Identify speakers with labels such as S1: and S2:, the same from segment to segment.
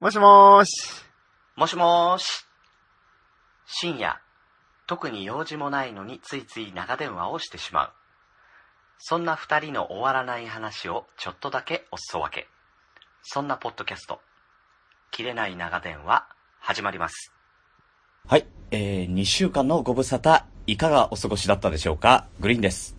S1: もしもーし。
S2: もしもーし。深夜、特に用事もないのについつい長電話をしてしまう。そんな二人の終わらない話をちょっとだけおすそ分け。そんなポッドキャスト、切れない長電話、始まります。はい、えー、2週間のご無沙汰、いかがお過ごしだったでしょうかグリーンです。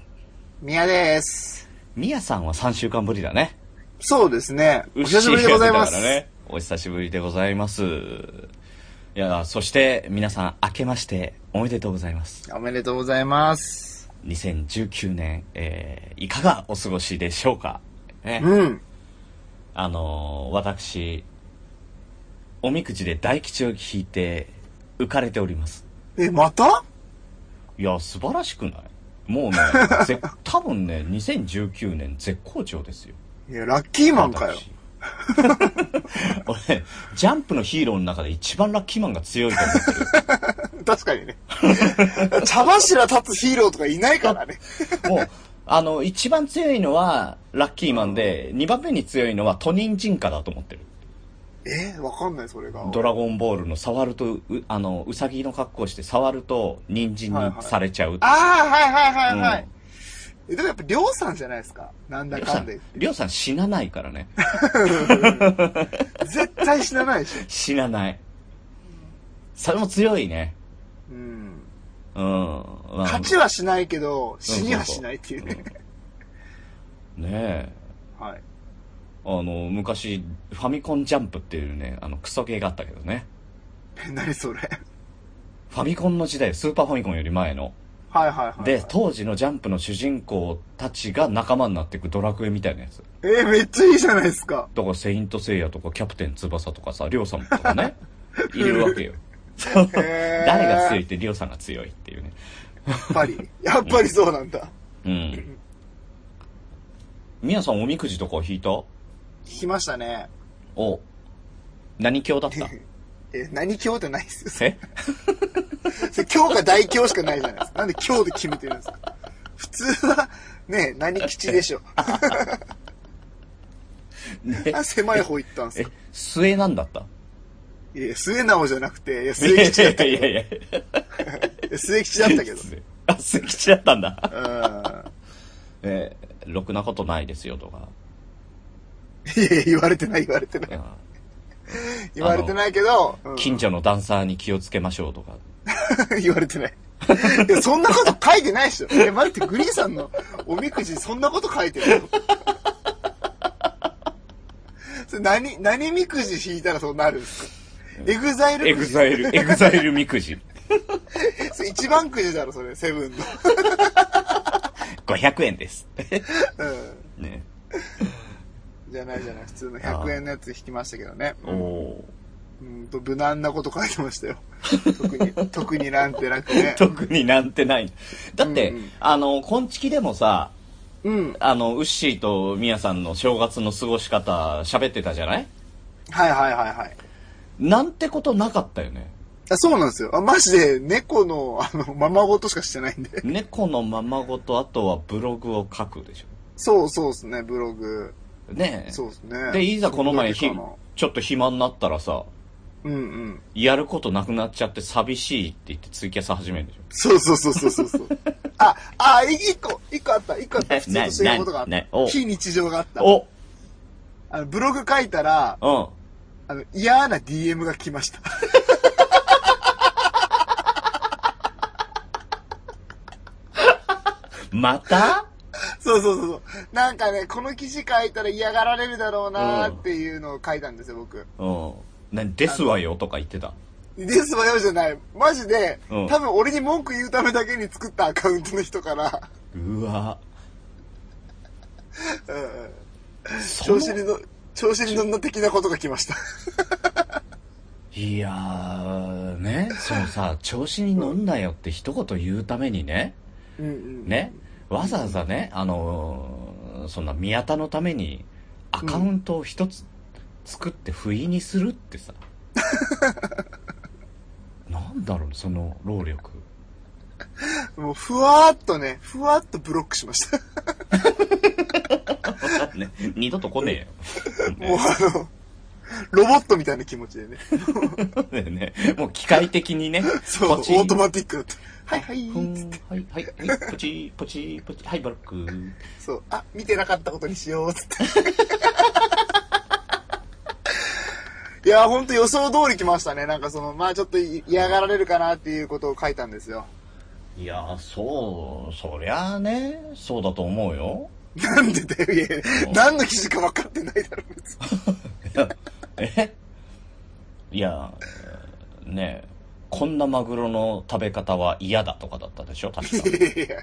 S1: みやです。
S2: みやさんは3週間ぶりだね。
S1: そうですね。お久しぶりでございます。
S2: 牛が出たからね。お久しぶりでございます。いや、そして皆さん、明けましておめでとうございます。
S1: おめでとうございます。
S2: 2019年、えー、いかがお過ごしでしょうかね。
S1: うん。
S2: あのー私、おみくじで大吉を引いて、浮かれております。
S1: え、また
S2: いや、素晴らしくないもう ね、ぜ多分ね、2019年絶好調ですよ。
S1: いや、ラッキーマンかよ。
S2: 私 俺ね、ジャンプのヒーローの中で一番ラッキーマンが強いと思ってる
S1: 確かにね。 茶柱立つヒーローとかいないから ね。
S2: もう、あの、一番強いのはラッキーマンで、二番目に強いのはトニンジンカだと思ってる。
S1: え、わかんない、それが。
S2: ドラゴンボールの触ると、う、あの、ウサギの格好して触ると、人参にされちゃう。
S1: ああ、はいはいはいは
S2: う
S1: い
S2: ん。
S1: え、でもやっぱ、りょうさんじゃないですか。なんだ
S2: りょう
S1: か
S2: さ
S1: んで
S2: ん。、りょうさん死なないからね。
S1: 絶対死なないでし
S2: 死なない。それも強いね。
S1: ょ。うん。
S2: うん。まあ
S1: 勝ちはしないけど、死にはしないっていうね。
S2: ねえ。
S1: はい。
S2: あの、昔、ファミコンジャンプっていうね、あの、クソゲーがあったけどね。
S1: え 何それ。
S2: ファミコンの時代、スーパーファミコンより前の。
S1: はいはいはい。
S2: で、当時のジャンプの主人公たちが仲間になっていくドラクエみたいなやつ。
S1: えーめっちゃいいじゃないです か。
S2: だから、セイントセイヤとか、キャプテン翼とかさ、リョウさんと かね、いるわけよ。そう
S1: へー
S2: 誰が強いって、リョウさんが強いっていうね。
S1: やっぱり。やっぱりそうなんだ。
S2: うん。みやさん、おみくじとか引いた
S1: 聞きましたね。
S2: お何教だった
S1: え、何教ってないっすよ。
S2: え
S1: それ教か大教しかないじゃないですか。なんで教で決めてるんですか。普通は、ね、何吉でしょ。
S2: ね
S1: あ狭い方行ったんす
S2: え
S1: か。、
S2: 末なんだった
S1: いや、末直じゃなくて、いや、
S2: い
S1: 末
S2: や
S1: 吉だった。い
S2: いやいや。
S1: や末吉だったけど。
S2: あ、末吉だったんだ。
S1: う
S2: えーろくなことないですよとか。
S1: ん。いやいや、言われてない言われてない。
S2: うん
S1: 言われてないけど、うん
S2: 近所のダンサーに気をつけましょうとか。
S1: 言われてない。いや、そんなこと書いてないでしょ。え、待って、グリーンさんのおみくじ、そんなこと書いてるの それ何、何みくじ引いたらそうなるんですかエグザイル
S2: エグザイル、エグザイルみくじ。
S1: それ一番くじだろ、それ、セブンの。
S2: 500円です。
S1: う
S2: ね。
S1: ん。じゃないじゃない、普通の100円のやつ引きましたけどね。
S2: おお
S1: うんと、無難なこと書いてました よ。特に、特になんてなくね
S2: ー。。特になんてない。だって、
S1: うんうん
S2: あの、昆虫でもさ、
S1: うん。
S2: あの、ウッシーとミヤさんの正月の過ごし方喋ってたじゃない
S1: はいはいはいはい。
S2: なんてことなかったよね。
S1: あそうなんですよ。あマジで、猫の、あの、ままごとしかしてないんで。
S2: 猫のままごと、あとはブログを書くでし
S1: そうそうですね、ブログ。
S2: ょ。ねえ。
S1: そうですね。
S2: で、いざこの前
S1: そ
S2: ひ
S1: んな時、
S2: ちょっと暇になったらさ、
S1: かなうんうん。
S2: やることなくなっちゃって寂しいって言ってツイキャス始めるでしょ。
S1: そうそうそうそうそう そう。あ、あ、い一個、一個あった、一個あった。
S2: ね
S1: 普通としてることがあっ
S2: ね
S1: た
S2: ね。お
S1: 非日常があった。
S2: お
S1: あの、ブログ書いたら、
S2: うん。
S1: あの、嫌な DM が来ました。
S2: また
S1: そうそうそうそう。なんかね、この記事書いたら嫌がられるだろうなーっていうのを書いたんですよ、僕。
S2: うん。何、ですわよとか言ってた。
S1: ですわよじゃない。マジで、
S2: うん
S1: 多分俺に文句言うためだけに作ったアカウントの人から、
S2: うわ。
S1: うんうん
S2: そ
S1: 調
S2: の
S1: 子にの、調子に乗んな的なことが来ました。
S2: いやー、ね、そのさ、調子に乗んなよって一言言うためにね、
S1: うんうん。
S2: ね、わざわざね、あのーそんな宮田のためにアカウントを一つ作って不意にするって さ。なんだろう、その労力。
S1: もうふわーっとね、ふわーっとブロックしました。
S2: ね、二度と来ねえよ。
S1: もうあの、ロボットみたいな気持ちでね。
S2: そうだよね。もう機械的にね。
S1: そう、オ
S2: ポチン
S1: ートマティックだった。はいは
S2: ふ
S1: い。
S2: ん
S1: つって
S2: はい、はい、はい、ポチポチポチ、はい、ブロック。
S1: そう、あ、見てなかったことにしよう、つって。いや、ほんと予想通り来ましたね。なんかその、まあちょっと嫌がられるかなっていうことを書いたんですよ。
S2: いやー、そう、そりゃあね、そうだと思うよ。
S1: なんでだよ、いや何の記事か分かってないだろ、別に。
S2: えいや、ねえ、こんなマグロの食べ方は嫌だとかだったでしょ確 か。
S1: いやいや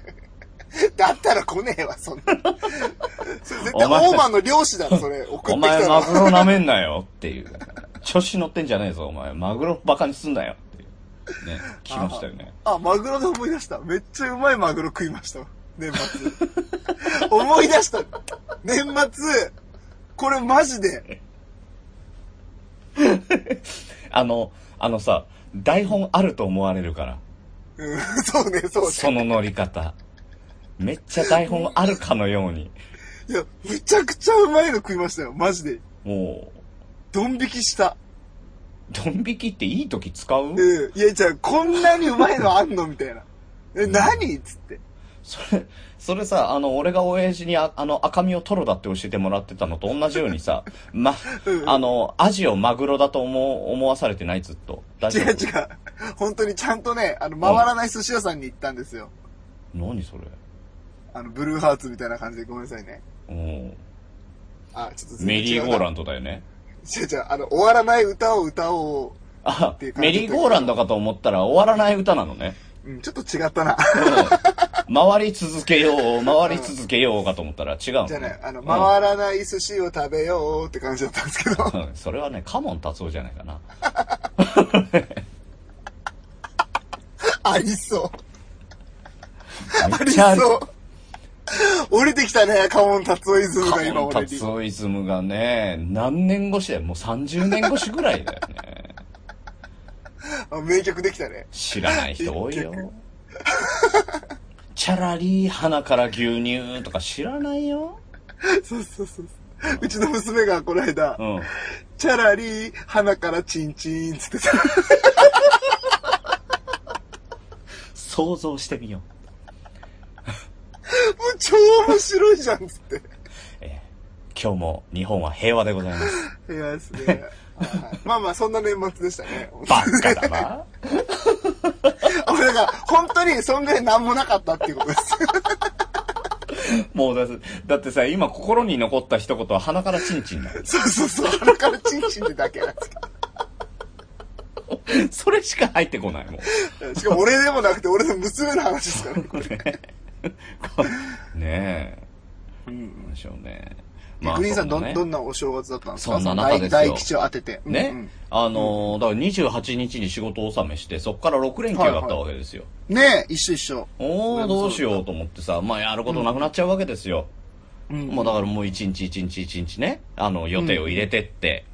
S1: だったら来ねえわ、そんな。それ絶対、オーマンの漁師だろ、それ。送って
S2: お
S1: きた
S2: 前
S1: の
S2: マグロ舐めんなよっていう。調子乗ってんじゃねえぞ、お前。マグロバカにすんなよっていう。ね、聞きましたよね。
S1: あ、マグロで思い出した。めっちゃうまいマグロ食いましたわ。年末。思い出した。年末、これマジで。
S2: あの、あのさ、台本あると思われるから。
S1: うん、そうね、そうね。
S2: その乗り方。めっちゃ台本あるかのように。
S1: いや、めちゃくちゃうまいの食いましたよ、マジで。
S2: も
S1: ドン引きした。
S2: う、ドン引きっていい時使う
S1: うん。いや、じゃあ、こんなにうまいのあんのみたいな。え、何っつって。
S2: それ、それさ、あの、俺が親父にああの、赤身をトロだって教えてもらってたのと同じように さ、ま、あの、アジをマグロだと思う、思わされてないずっと。大
S1: 違
S2: 丈
S1: う違う
S2: 夫。。
S1: 本当にちゃんとね、あの、回らない寿司屋さんに行ったんですよ。
S2: 何それ。
S1: あの、ブルーハーツみたいな感じでごめんなさいね。
S2: うん。
S1: あ、ちょっと全然
S2: メ
S1: 違
S2: リ
S1: う
S2: ー
S1: な
S2: ゴーランドだよね。
S1: 違う違う、あの、終わらない歌を歌おう。
S2: あ
S1: っていう、感じ
S2: メリーゴーランドかと思ったら終わらない歌な のね。
S1: うん、ちょっと違ったな。
S2: うん回り続けよう、回り続けようかと思ったら違うのね。
S1: じゃあね、あの、
S2: うん
S1: 回らない寿司を食べようって感じだったんですけど。
S2: うんそれはね、カモン達夫じゃないかな。
S1: ありそう。
S2: め
S1: あ
S2: っ
S1: り
S2: ちゃある
S1: そう。降りてきたね、カモンタツオイズム
S2: カ
S1: が今
S2: モン
S1: 俺に
S2: 達。夫イズムがね、何年越しだよ。もう30年越しぐらいだよね。
S1: あ名曲できたね。
S2: 知らない人多いよ。チャラリー鼻から牛乳とか知らないよ。
S1: そうそうそうそう。うちの娘がこの間、
S2: うん。
S1: チャラリー、鼻からチンチンつってた。
S2: 想像してみよう。
S1: もう超面白いじゃんつって。
S2: えー今日も日本は平和でございます。
S1: いやですね。 はいまあまあ、そんな年末でしたね。
S2: バッカだな。
S1: あ、だから、本当にそんぐらい何もなかったっていうことです。
S2: もうだってだってさ、今心に残った一言は鼻からチンチンだよ。
S1: そうそうそう、鼻からチンチンってだけなんです
S2: それしか入ってこない もん。
S1: けどしかも俺でもなくて、俺の娘の話ですからね、これ。
S2: ねえ。
S1: うん。
S2: でしょうね。
S1: グリーンさん、
S2: そ
S1: ど
S2: なね
S1: ん、どんなお正月だったんですか
S2: そんな中ですよ
S1: 大大吉を当てて。うん
S2: ね、あのーだから28日に仕事納めして、そこから6連休だったわけですよ。
S1: うんねえ、一緒一緒。
S2: おー、どうしようと思ってさ、まあやることなくなっちゃうわけですよ。
S1: うん
S2: もうだからもう一日一日一日ね、あの、予定を入れてって。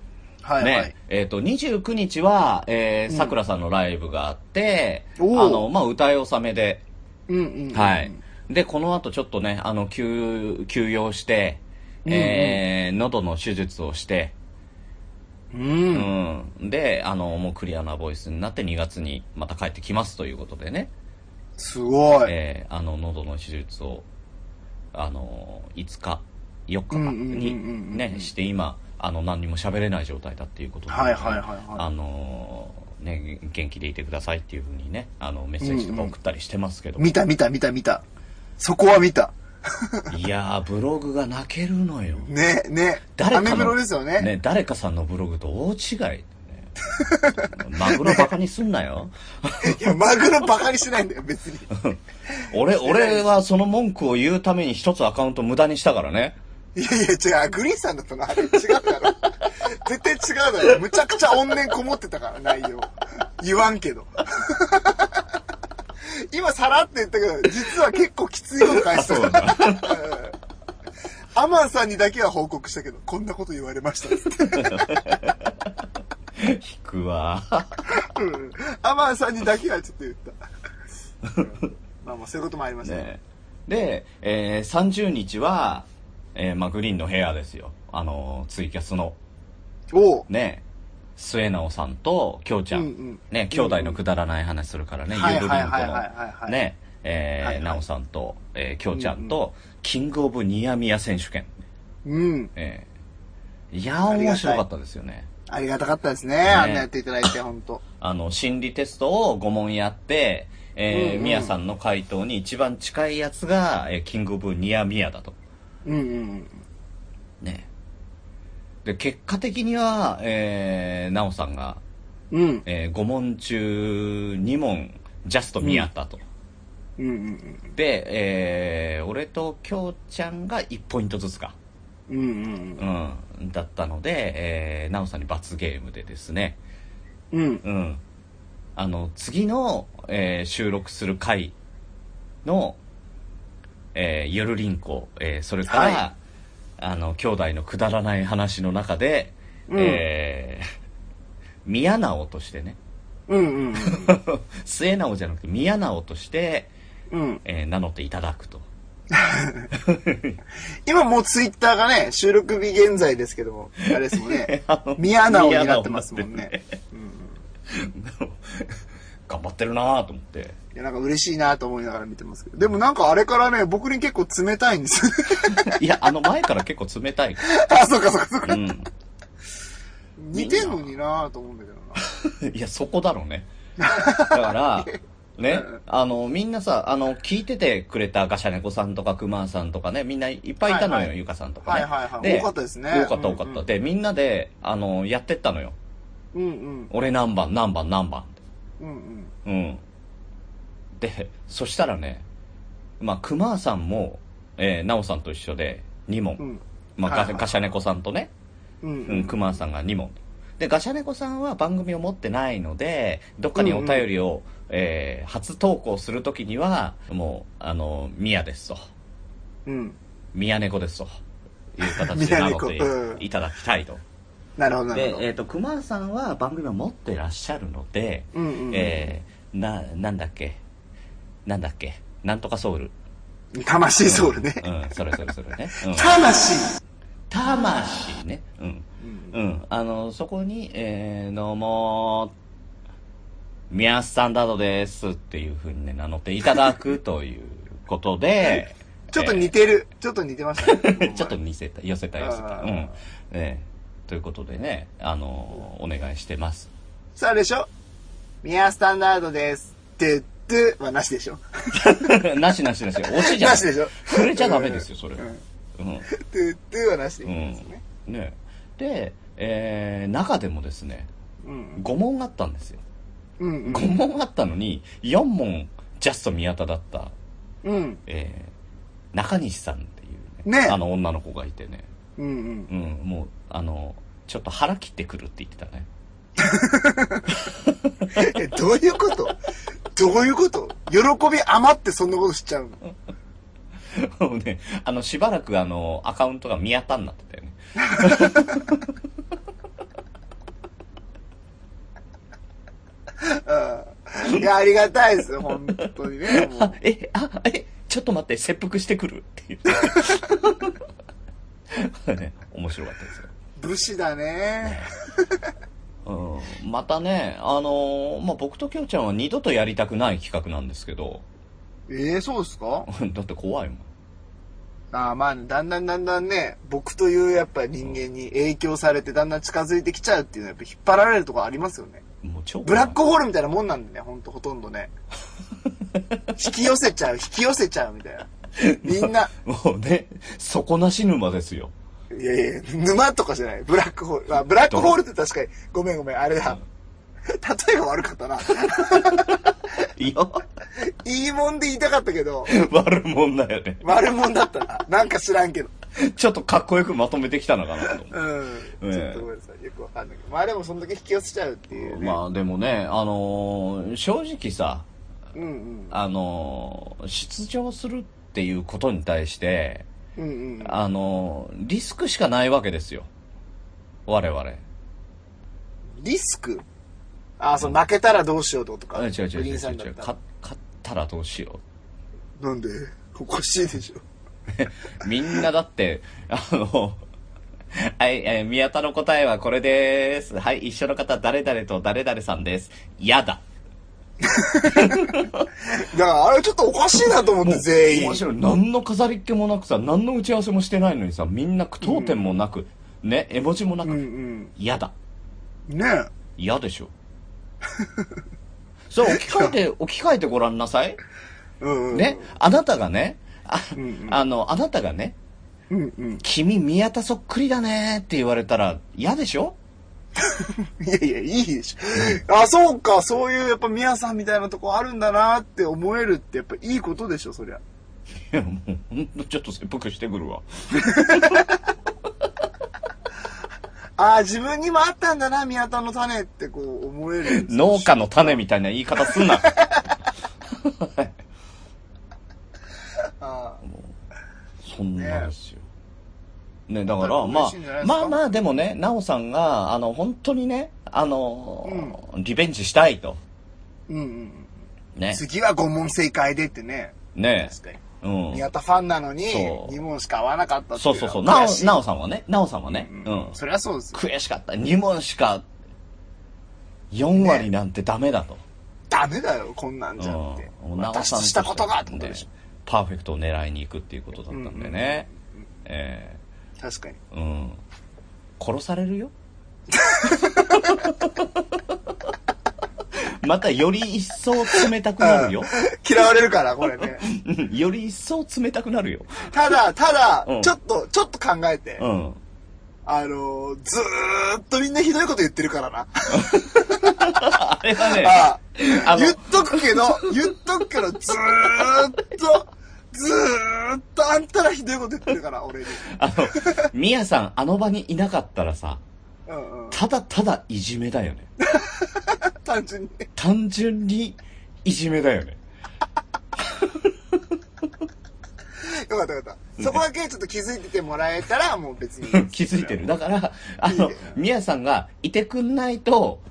S1: はいはい。
S2: ね、えっ、と、29日は、えー、さくらさんのライブがあって、
S1: おー
S2: あの、まあ、歌い納めで、
S1: うんうんうん。
S2: はい。で、この後ちょっとね、あの、休、休養して、えー喉の手術をして、
S1: う。
S2: うんん。で、あの、もうクリアなボイスになって2月にまた帰ってきますということでね、
S1: すごい。
S2: えーあの、喉の手術を、あの、5日、4日かに
S1: うんうんうんうんうん
S2: ね、して今、あの、何にも喋れない状態だっていうことで、
S1: はいはいはいはい
S2: あの、ね、元気でいてくださいっていうふうにね、あの、メッセージとか送ったりしてますけど、
S1: 見た見た見た見た。そこは見た。
S2: いやー、ブログが泣けるのよ。
S1: ねね
S2: 誰か
S1: アメ
S2: の
S1: ブロですよね。
S2: ね、誰かさんのブログと大違いだよね。マグロバカにすんなよ。
S1: いや、マグロバカにしないんだよ、別に。
S2: 俺、俺はその文句を言うために一つアカウント無駄にしたか らね。
S1: いやいや、違う、グリーンさんだったな。あれ違った ろ。絶対違うだろ。むちゃくちゃ怨念こもってたから、内容。言わんけど。 今、さらって言ったけど、実は結構きついこと返して
S2: そう
S1: た。
S2: だ。
S1: アマンさんにだけは報告したけど、こんなこと言われましたっつって。
S2: 引くわ。
S1: うんアマンさんにだけはちょっと言った。 うんまあまあ、そういうこともありましたね。
S2: ね、で、えー30日は、えーまあ、グリーンの部屋ですよ。あのーツイキャスの。
S1: おう。
S2: ね、末直さんと京ちゃん、
S1: うんうん
S2: ね、兄弟のくだらない話するからね、
S1: はい
S2: ユーロリン
S1: はいはいはい
S2: ク
S1: は
S2: の、
S1: い
S2: ね、えー
S1: はいはい
S2: 直さんと、えー京ちゃんと、キングオブニヤミヤ選手権。
S1: うん。
S2: えーいやー、面白かったですよね。
S1: ありがたかったですね。
S2: ね
S1: あんなやっていただいて、ほんと。
S2: あの、心理テストを5問やって、え
S1: うん
S2: ー
S1: うん
S2: ミヤさんの回答に一番近いやつが、えーキングオブニヤミヤだと。
S1: うんうん
S2: ね。で、結果的には、えー、ナオさんが、
S1: うん。うん。
S2: え5問中2問、ジャスト見合ったと。
S1: うんうん
S2: で、えー俺ときょうちゃんが1ポイントずつか。
S1: うん。うんうん
S2: うん。だったので、えー、ナオさんに罰ゲームでですね、
S1: うん。うん。
S2: うん。あの、次の、えー収録する回の、えー、夜輪行、えーそれから、
S1: はい
S2: あの、兄弟のくだらない話の中で、
S1: うん
S2: えー、宮直としてね、
S1: うんうん
S2: 末直じゃなくて宮直として、
S1: うん。うん。
S2: えー名乗っていただくと。
S1: 今もうツイッターがね、収録日現在ですけども、あれですもん ね
S2: あの。
S1: 宮直になってますもんね。
S2: 頑張って るなぁと思って。
S1: いや、なんか嬉しいなと思いながら見てますけど。でもなんかあれからね、僕に結構冷たいんです。
S2: いや、あの前から結構冷たい。
S1: あ、そうかそうかそうか。
S2: うん。
S1: 似てんのになと思うんだけど
S2: いや、そこだろうね。だから、ね、あの、みんなさ、あの、聞いててくれたガシャネコさんとかクマーさんとかね、みんないっぱいいたのよ、
S1: はいはい
S2: ゆかさんとか
S1: な。は
S2: ね。
S1: いはいはい。
S2: で
S1: 多かったですね。
S2: 多かった多かった。
S1: うんうん
S2: で、みんなで、あの、やってったのよ。
S1: うん
S2: 俺何番、何番、何番。
S1: うん。うんうん。
S2: うん。で、そしたらね、まあ、クマーさんも、えー、ナオさんと一緒で、2問。
S1: うん
S2: まあ、ガ
S1: はいはい
S2: ガシャネコさんとね、
S1: うんうん
S2: うん、クマーさんが2問。で、ガシャネコさんは番組を持ってないので、どっかにお便りを、えー初投稿するときには、もう、あの、ミヤですと。
S1: うん。
S2: ミヤネコですと。いう形で名乗って
S1: ミヤネコうん
S2: いただきたいと。
S1: なるほどなる
S2: で
S1: ほ、ど。
S2: えっ、と、クマーさんは番組を持ってらっしゃるので、
S1: うんうんうん。
S2: えー、な、なんだっけ、なんだっけ、なんとかソウル。
S1: 魂 ソウルね。
S2: うん、それそれそれね。 うん、
S1: 魂
S2: 魂ね。うん。うん。あの、そこに、えー、どうも、宮スタンダードですっていうふうにね、名乗っていただくということで、
S1: ちょっと似てる。ちょっと似てましたね。
S2: ちょっと似せた、寄せた寄せた。
S1: あ
S2: う
S1: ー
S2: ん。えーということでね、あの、お願いしてます。
S1: さあでしょミアスタンダードです。てってはなしでしょ
S2: なしなしなし。惜しいじゃん。
S1: なしでしょ
S2: 触れちゃダメですよ、それ。
S1: うん
S2: うん。
S1: てってはなしでいいんですね。
S2: うん、ねで、えー中でもですね
S1: うん。
S2: 5問あったんですよ
S1: うんうん。
S2: 5問あったのに4問ジャスト宮田だった、
S1: うん。
S2: えー中西さんっていうね
S1: ね
S2: あの女の子がいてね、
S1: うんうん。
S2: うん、もうあのちょっと腹切ってくるって言ってたね
S1: え、どういうことどういうこと喜び余ってそんなことしちゃうの
S2: もうねあのしばらくあのアカウントが宮田になってたよね
S1: うんいや、ありがたいですよ、本当にね。も
S2: あ
S1: う
S2: えあえちょっと待って切腹してくるって言って、 ね、面白かったですよ
S1: 武士だね。
S2: うんまたね、あのーまあ、僕ときょうちゃんは二度とやりたくない企画なんですけど、
S1: ええそうですか
S2: だって怖いもん。
S1: ああ、まあ、だんだんだんだんね、僕というやっぱり人間に影響されてだんだん近づいてきちゃうっていうのはやっぱ引っ張られるとこありますよね。
S2: もう超
S1: ブ
S2: 怖い
S1: ラックホールみたいなもんなんでね、ほんとほとんど ね。引き寄せちゃう、引き寄せちゃうみたい な。みんな、
S2: もうね、底なし沼ですよ。
S1: いやいや、沼とかじゃない。ブラックホール。あ、ブラックホールって確かに、ごめんごめん、あれだ。例えが悪かったな。
S2: いや、
S1: いいもんで言いたかったけど、
S2: 悪者だよね。
S1: 悪もんだったな。なんか知らんけど。
S2: ちょっとかっこよくまとめてきたのかなと思
S1: うん。ちょっとごめんなさい。よくわかんないけど。まあでもそんだけ引き寄せちゃうっていう
S2: う。
S1: ね。
S2: まあでもね、あのー正直さ、
S1: うんうん。
S2: あのー出場するっていうことに対して、
S1: うんうん。
S2: あのーリスクしかないわけですよ。我々。
S1: リスクああ、そう、負けたらどうしようってことか。
S2: あ違う違う
S1: グリ
S2: 違
S1: ー
S2: う
S1: ンさ
S2: 違うん違
S1: だっ
S2: う。
S1: たら
S2: 勝勝ったらどうしよう。
S1: なんでおかしいでしょ。
S2: みんなだって、あの、はい、えー宮田の答えはこれです。はい、一緒の方、誰々と誰々さんです。やだ。
S1: だから、あれちょっとおかしいなと思って、全員
S2: 面。白い。何の飾りっ気もなくさ、何の打ち合わせもしてないのにさ、みんな句読点もなく、ね、絵文字もな
S1: うんう
S2: く、
S1: ん。
S2: 嫌、だ。
S1: ね
S2: 嫌でしょ。 それ置き換えて、置き換えてごらんなさい。
S1: え。うんうん。
S2: ね。、あなたがね、あ
S1: うんうん
S2: あの、あなたがね、
S1: うんうん。
S2: 君宮田そっくりだねって言われたら嫌でしょ
S1: いやいや、いいでしょ。あ、そうか、そういう、やっぱ、宮さんみたいなとこあるんだなって思えるって、やっぱ、いいことでしょ、そりゃ。
S2: いや、もう、ほんとちょっと切腹してくるわ。
S1: ああ、自分にもあったんだな、宮田の種って、こう、思える。
S2: 農家の種みたいな言い方すんな。
S1: あ
S2: そんなんですよ。ね、だか
S1: だ
S2: ら、
S1: から
S2: ま
S1: 嬉しいんじゃない
S2: あ、
S1: ですか
S2: まあまあ、でもね、なおさんが、あの、本当にね、あの、リベンジしたいと。
S1: ーうんうん。
S2: ね。
S1: 次は5問正解でってね。
S2: ね。
S1: 確かに。
S2: うん。
S1: 宮田ファンなのに、
S2: そう
S1: 2問しか合わなかったってい
S2: そう
S1: のは
S2: そうそう。な
S1: 悔
S2: お、
S1: しい
S2: なおさんはね、なおさんはね、
S1: うん
S2: う
S1: うん
S2: ん。
S1: そりゃそうですよ。
S2: 悔しかった。2問しか、4割なんてダメだと。
S1: ダメだよ、こんなんじゃんって。
S2: うん
S1: 私としたことがってことでしょ。
S2: パーフェクトを狙いに行くっていうことだったんでね。え
S1: 確かに。
S2: えうん。殺されるよ。 またより一層冷たくなるよ。
S1: 嫌われるから、これね。
S2: うんより一層冷たくなるよ。
S1: ただ、ただ、
S2: うん
S1: ちょっと、ちょっと考えて。
S2: うん。
S1: あのー、ずーっとみんなひどいこと言ってるからな。
S2: あれはね、
S1: あ
S2: あ
S1: あ
S2: の
S1: 言っとくけど、言っとくけど、ずーっと、ずーっとあんたらひどいこと言ってるから、俺に。
S2: あの、みやさんあの場にいなかったらさ、
S1: うんうん。
S2: ただただいじめだよね。
S1: 単純にね。
S2: 単純にいじめだよね。
S1: よかったよかった。そこだけちょっと気づいててもらえたら、もう別に。
S2: 気づいてる。。だから、あ
S1: いい
S2: の
S1: ね、
S2: みやさんがいてくんないと、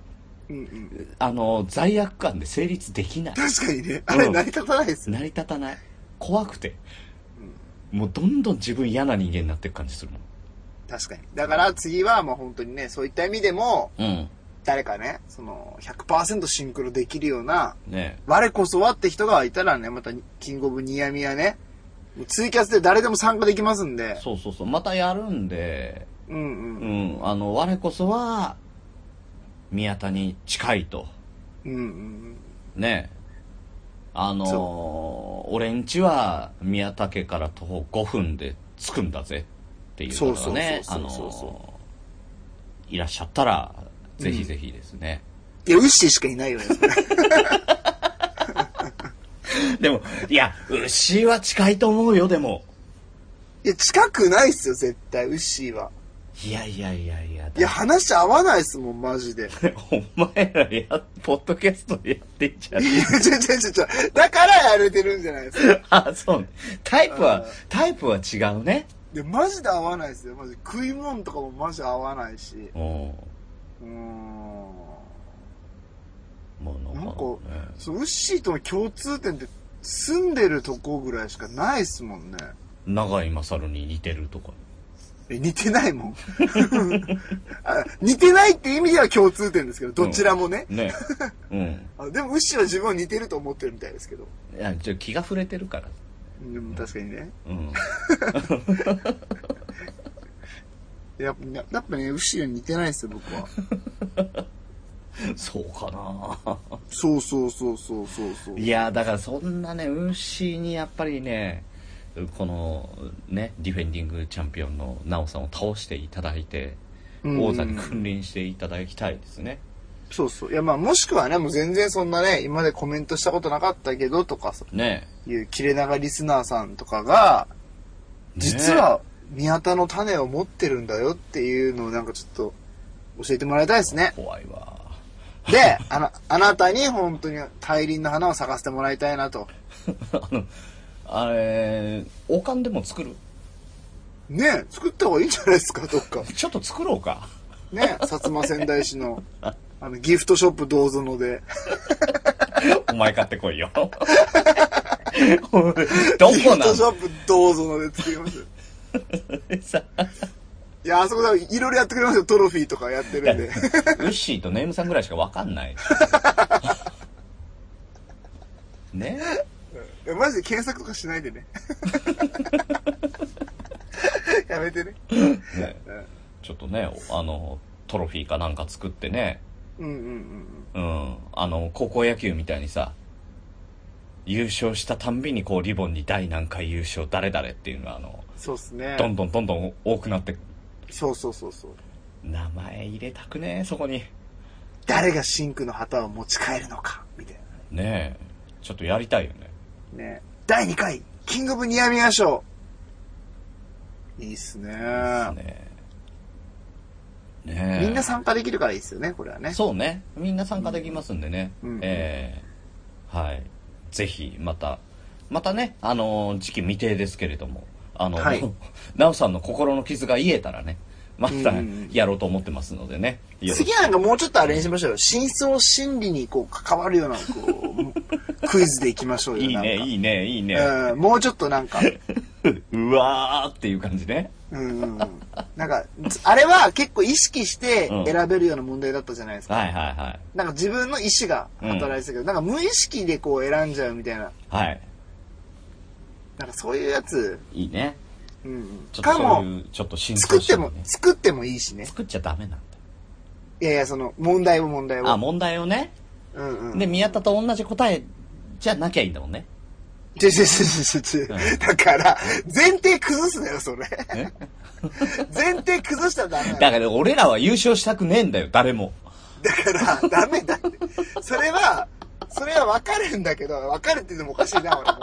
S1: うんうん。
S2: あの、罪悪感で成立できない。
S1: 確かにね、あれ成り立たないですよ。
S2: 成り立たない。怖くて。もうどんどん自分嫌な人間になっていく感じするもん。
S1: 確かに。だから次は、まあ本当にね、そういった意味でも、
S2: うん。
S1: 誰かね、その、100%シンクロできるような、
S2: ね
S1: 我こそはって人がいたらね、また、キングオブニヤミヤね、もうツイキャスで誰でも参加できますんで、
S2: そうそうそう。またやるんで、
S1: うんうん。
S2: うん、あの、我こそは、宮田に近いと。
S1: うんうん
S2: ねあのー、俺んちは宮田家から徒歩5分で着くんだぜっていう方がね、あ
S1: そうそうそうそうそうそう
S2: のー、いらっしゃったら、ぜひぜひですね。
S1: いや、ウッシーしかいないよね。それ
S2: でも、いや、牛は近いと思うよ、でも。
S1: いや、近くないっすよ、絶対、ウッシーは。
S2: いやいやいやいや、
S1: いや、話合わないっすもん、マジで。
S2: だってお前らや、ポッドキャストでやってんじゃん
S1: い。や、ちょちょちょちょ、だからやれてるんじゃないですか。
S2: あ、そうね。タイプ
S1: うん
S2: は、タイプは違うね。
S1: いや、マジで合わないっすよ、マジ。食い物とかもマジ合わないし。
S2: うん。
S1: うーん。
S2: もうなんかね、
S1: そう、ウッシーとの共通点って、住んでるとこぐらいしかないっすもんね。
S2: 長井勝に似てるとか。
S1: え似てない もんあ似てないって意味では共通点ですけど、どちらもね。
S2: ね。うん。
S1: あでも、ウッシーは自分を似てると思ってるみたいですけど。
S2: いや、ちょ、気が触れてるから。
S1: でも確かにね。
S2: うん。
S1: やっぱやっぱね、ウッシーは似てないですよ、僕 は。
S2: そうかな
S1: そうそうそうそうそうそう。
S2: いや、だからそんなね、ウッシーにやっぱりね、この、ね、ディフェンディングチャンピオンのナオさんを倒していただいて、
S1: うん
S2: 王座に君臨していただきたいですね。
S1: そうそう。いや、まあ、もしくはね、もう全然そんなね、今までコメントしたことなかったけどとか、そ
S2: ね
S1: ういう切れ長リスナーさんとかが、実は、宮田の種を持ってるんだよっていうのをなんかちょっと、教えてもらいたいです ね。
S2: 怖いわ。
S1: で、あの、あなたに本当に大輪の花を咲かせてもらいたいなと。
S2: あの、あれ、王冠でも作る
S1: ねえ、作った方がいいんじゃないですか、どっか。
S2: ちょっと作ろうか。
S1: ねえ、薩摩仙台市 の、あの、ギフトショップどうぞので。
S2: お前買ってこいよ。どこ
S1: ギフ
S2: な
S1: トショ
S2: の
S1: ップどうぞので作りますよ。
S2: さ
S1: いや、あそこだ、いろいろやってくれますよ。トロフィーとかやってる んで。
S2: ウッシーとネームさんぐらいしかわかんない。 ね
S1: いやマジで検索とかしないで ね。やめてね。
S2: ねちょっとね、あの、トロフィーかなんか作ってね、
S1: うんうんうん
S2: うん、あの、高校野球みたいにさ、優勝したたんびにこうリボンに第何回優勝誰々っていうのはあの、
S1: うん。そうっすね。
S2: どんどんどんどん多くなって、
S1: そうそうそうそう。
S2: 名前入れたくねえ、そこに。
S1: 誰がシンクの旗を持ち帰るのか、みたい
S2: ねえ、ちょっとやりたいよね。
S1: な。ね。第2回、キングオブニアミヤ賞。いいっすね
S2: ねえ。ねえ。
S1: みんな参加できるからいいっすよね、これはね。
S2: そうね。みんな参加できますんでね。
S1: うん
S2: ええはい。ぜひ、また、またね、あのー時期未定ですけれども、あの、
S1: はい
S2: なおさんの心の傷が癒えたらね、また
S1: うんうん
S2: やろうと思ってますのでね。よろし
S1: 次はなんかもうちょっとあれにしましょうよ。真相心理にこう関わるような、こう、クイズでいきましょうよ。
S2: いいね、
S1: なんか
S2: いいね、いいね。
S1: うん、もうちょっとなんか、
S2: うわーっていう感じね。
S1: うんうんうん。なんか、あれは結構意識して
S2: うん
S1: 選べるような問題だったじゃないですか。
S2: はいはいはい。
S1: なんか自分の意思が働いてたけど、なんか無意識でこう選んじゃうみたいな、
S2: はい。
S1: なんかそういうやつ、
S2: いいね。
S1: うんうん。
S2: ちょっと
S1: か
S2: そ
S1: も、
S2: ういう、ちょっと進
S1: 作っても、
S2: ね。
S1: 作ってもいいしね。
S2: 作っちゃダメなん
S1: いやいや、その、問題を問題
S2: だ。あ、
S1: を。
S2: 問題をね。
S1: うんうん。
S2: で、宮田と同じ答えじゃなきゃいいんだもんね。
S1: ちょちょちょちょちょ
S2: うん
S1: だから、前提崩すなよ、それ。
S2: ね
S1: 前提崩したらダメだ
S2: だ
S1: よ
S2: から俺らは優勝したくねえんだよ、誰も。
S1: だから、ダメだって。それは、それは分かるんだけど、分かるっていうのもおかしいな、俺も。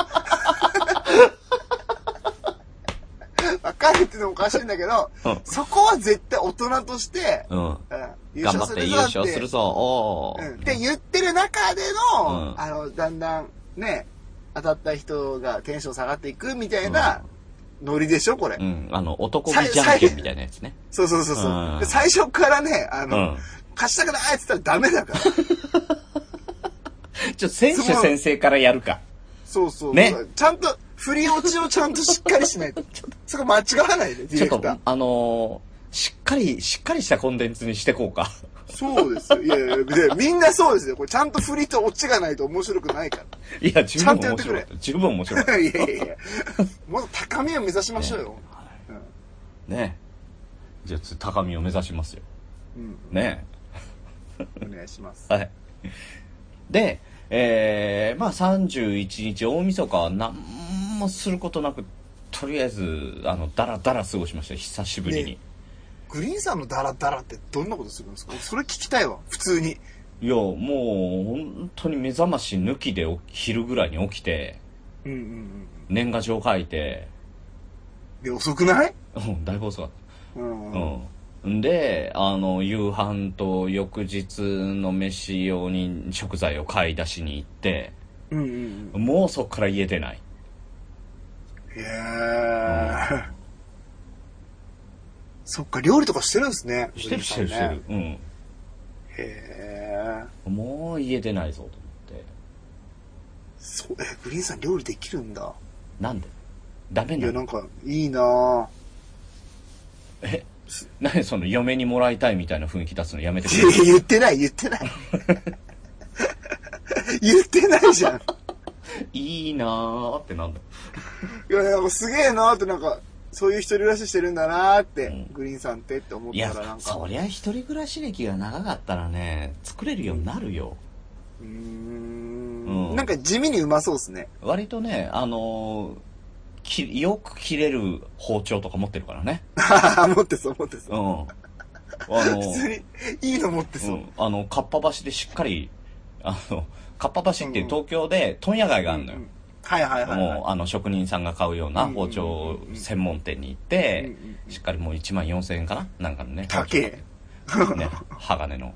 S1: 分かるっていうのもおかしいんだけど、
S2: うん
S1: そこは絶対大人として、
S2: うん。
S1: うん優
S2: 頑
S1: 勝
S2: 張
S1: す
S2: っ
S1: る
S2: て優
S1: ぞって
S2: 勝するぞ、お
S1: うん、っ
S2: ー。
S1: て言ってる中での、
S2: うん
S1: あの、だんだんね、当たった人がテンション下がっていくみたいなノリでしょ、これ。
S2: うん、あの、男気じゃんけんみたいなやつね。
S1: そうそうそうそう、
S2: うん
S1: で最初からね、あ
S2: う
S1: の、
S2: ん。
S1: 貸したくないって言ったらダメだから。
S2: ちょ、選手先生からやるか。
S1: そうそう。
S2: ね
S1: ちゃんと、振り落ちをちゃんとしっかりしないと。 そこ間違わないで、ディ
S2: ちょ
S1: レ
S2: っと
S1: クター、。
S2: あのー、しっかり、しっかりしたコンテンツにしてこうか。
S1: そうですよ。いやいやいやで、みんなそうですよ。これちゃんと振りと落ちがないと面白くないか
S2: いや、十
S1: ちゃ
S2: 分
S1: んとやっ
S2: 面
S1: てく
S2: 白か
S1: れ
S2: った。十分面白かっ
S1: ら。い やいやいや。もっと高みを目指しましょうよ。
S2: た。ねじゃあ、次高みを目指しますよ。
S1: うん。
S2: ね
S1: うん。お願いします。
S2: はい。で、えー、まあ31日大晦日は何もすることなく、とりあえず、あの、だらだら過ごしました、久しぶりに。
S1: ねグリーンさんのダラダラってどんなことするんですかそれ聞きたいわ。普通に。
S2: いや、もう、本当に目覚まし抜きでお昼ぐらいに起きて、
S1: うんうんうん。
S2: 年賀状書いて、
S1: で、遅くない
S2: うん、だいぶ遅かっ
S1: うん
S2: た。
S1: うん。
S2: うん。んで、あの、夕飯と翌日の飯用に食材を買い出しに行って、
S1: うんうんうん。
S2: もうそっから家出ない。
S1: へえ。 そっか、料理とかしてるんですね。
S2: してるして
S1: グ
S2: る
S1: リ
S2: し
S1: ーンさ
S2: て
S1: んね
S2: る。うん。
S1: へえ。
S2: もう家出ないぞと思って。
S1: そう、え、グリーンさん料理できるんだ。
S2: なんでダメ
S1: い
S2: な
S1: や、な
S2: の
S1: んか、いいなぁ。
S2: 何その嫁にもらいたいみたいな雰囲気出すのやめてく れ る。
S1: 言ってない、言ってない。言ってないじゃん。
S2: いいなーってなんだ。
S1: いや、なんかすげえなぁって、なんか、そういう一人暮らししてるんだなぁって、
S2: うん
S1: グリーンさんってって思った
S2: いや
S1: ら、なん、か。
S2: そりゃ一人暮らし歴が長かったらね、作れるようになるよ。
S1: うー
S2: うん
S1: ん。なんか地味にうまそうですね。
S2: 割とね、あのーき、よく切れる包丁とか持ってるからね。
S1: 持ってそう、持って
S2: う
S1: そ
S2: ん。
S1: う。
S2: あの
S1: 普通
S2: ー、
S1: に、いいの持ってそうう。
S2: ん、あの、かっぱ橋でしっかり、あの、かっぱ橋っていう東京で問屋街があるのよ。
S1: うんはいはいはい、
S2: もう
S1: は
S2: あの職人さんが買うような包丁専門店に行って、
S1: うんうんうんうん
S2: しっかりもう1万4000円かななんかのね
S1: 高え
S2: 包丁ね鋼の、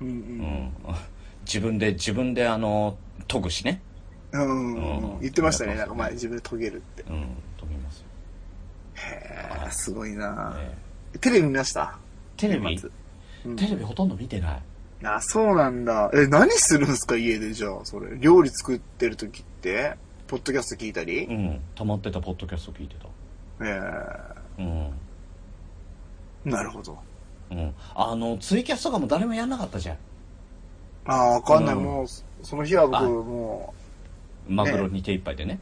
S1: い。うん
S2: うん自分で自分であの研ぐしね、
S1: うん。うんうん
S2: う
S1: うんん。言ってましたね。
S2: や
S1: な
S2: っ
S1: ん
S2: て
S1: か
S2: ま
S1: 前
S2: す
S1: 自分で研げるって。
S2: うん、研ぎますよ、
S1: へーすごいなぁ。
S2: ね
S1: テレビ見ました
S2: テレビ
S1: 年末うん
S2: テレビほとんど見てない
S1: あ、そうなんだ。え、何するんすか家でじゃあ、それ。料理作ってる時って、ポッドキャスト聞いたり、
S2: うん溜まってたポッドキャスト聞いてた
S1: えー
S2: うん
S1: なるほど。
S2: うん。あの、ツイキャスとかも誰もやんなかったじゃん。
S1: ああ、わかんない。
S2: うん
S1: もう、その日は僕、
S2: あ
S1: も
S2: マグロに手一杯でね。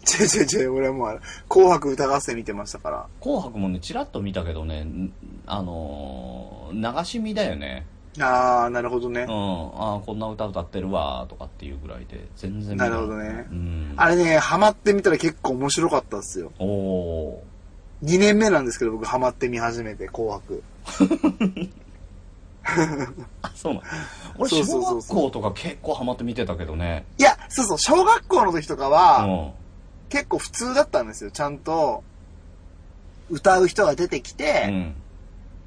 S1: う、違う違う違う、俺はもうあれ、紅白歌合戦見てましたから。
S2: 紅白もね、ちらっと見たけどね、んあのー流し見だよね。
S1: ああ、なるほどね
S2: うん。。ああ、こんな歌歌ってるわーとかっていうぐらいで、全然見
S1: な
S2: ない
S1: るほどね
S2: う。ん。
S1: あれね、ハマってみたら結構面白かったっすよ。
S2: おお
S1: 2年目なんですけど、僕ハマって見始めて、紅白。
S2: ー。あ、そうなん俺、
S1: そうそ
S2: 小
S1: うそう
S2: 学
S1: そう
S2: 校とか結構ハマって見てたけどね。
S1: いや、そうそう、小学校の時とか
S2: う
S1: は、
S2: ん。
S1: 結構普通だったんですよ。ちゃんと、歌う人が出てき
S2: う
S1: て、
S2: ん。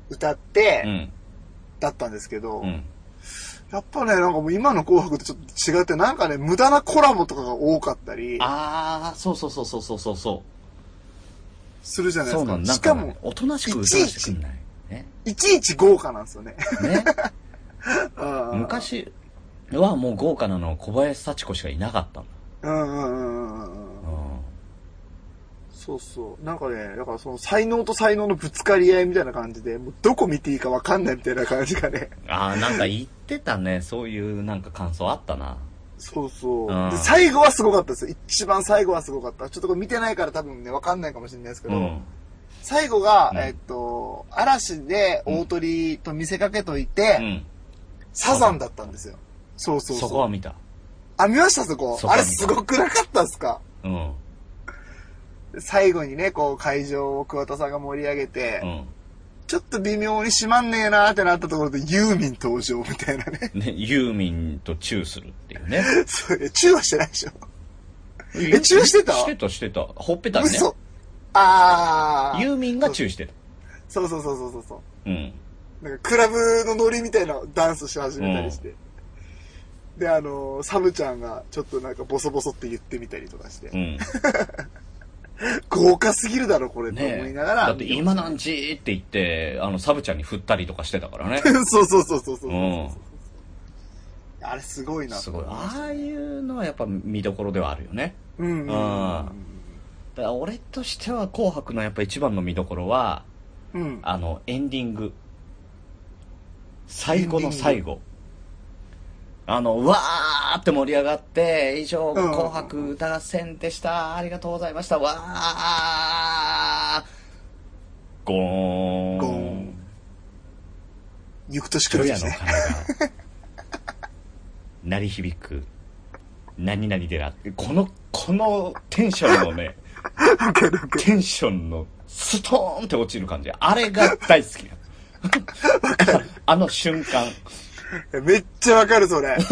S1: 歌って、
S2: うん。
S1: だったんですけど、
S2: うん。
S1: やっぱね、なんかもう今の紅白とちょっと違って、なんかね、無駄なコラボとかが多かったり
S2: ああ、そうそうそうそうそうそうそ
S1: するじゃ
S2: う。
S1: ない
S2: そ
S1: で
S2: う
S1: すか。
S2: なんだ。
S1: しか
S2: な
S1: も
S2: んね、おとなしく歌わせてくんない。ね。
S1: いちいち豪華なんですよね。
S2: ね。
S1: あー
S2: 昔はもう豪華なの小林幸子しかいなかったの。
S1: うんうんうんうんうん。そうそう。なんかね、だからその才能と才能のぶつかり合いみたいな感じで、もうどこ見ていいかわかんないみたいな感じがね。
S2: ああ、なんか言ってたね。そういうなんか感想あったな。
S1: そうそう。
S2: うん
S1: で、最後はすごかったですよ。一番最後はすごかった。ちょっとこれ見てないから多分ね、わかんないかもしれないですけ
S2: う
S1: ど、
S2: ん。
S1: 最後が、
S2: うん
S1: えっと、嵐で大鳥と見せかけといて、
S2: うん。
S1: サザンだったんですよ。そうそうそ。
S2: そうこは見た。
S1: あ、見ましたそこ。
S2: そこは
S1: あ
S2: 見
S1: れ
S2: た
S1: すごくなかったですか
S2: うん。
S1: 最後にね、こう会場を桑田さんが盛り上げて、
S2: うん。
S1: ちょっと微妙に閉まんねえなーってなったところでユーミン登場みたいなね。
S2: ね、ユーミンとチューするっていうね。
S1: そういやチューはしてないでしょ。 えチューしてた
S2: してた、してた。ほっぺたね。
S1: 嘘。あー。
S2: ユーミンがチューしてた。
S1: そうそうそうそうそうそ
S2: うん。
S1: う。なんかクラブのノリみたいなダンスし始めたりして。で、あのーサムちゃんがちょっとなんかボソボソって言ってみたりとかして。
S2: うん。
S1: 豪華すぎるだろ、これ、と思
S2: ね
S1: いながら。
S2: だって今なんちーって言って、あの、サブちゃんに振ったりとかしてたからね。
S1: そうそうそうそうそうそうそう
S2: う
S1: そう、
S2: ん。
S1: あれすごいな。
S2: すごい。ああいうのはやっぱ見どころではあるよね。
S1: うんうん
S2: あだから俺としては「紅白」のやっぱ一番の見どころは
S1: うん。うん。
S2: あのエンディング最後の最後あのうわーって盛り上がって以上「
S1: うん
S2: 紅白歌合戦」でしたありがとうございましたわーゴーン
S1: ゴーン行く年来
S2: 除
S1: る
S2: 夜
S1: です
S2: の
S1: ね。
S2: 鐘が鳴り響く何々でなこのこのテンション のね
S1: なんかなんか
S2: テンションのストーンって落ちる感じ。あれが大好きなのあの瞬間。
S1: めっちゃわかる、そ れ。うん。で、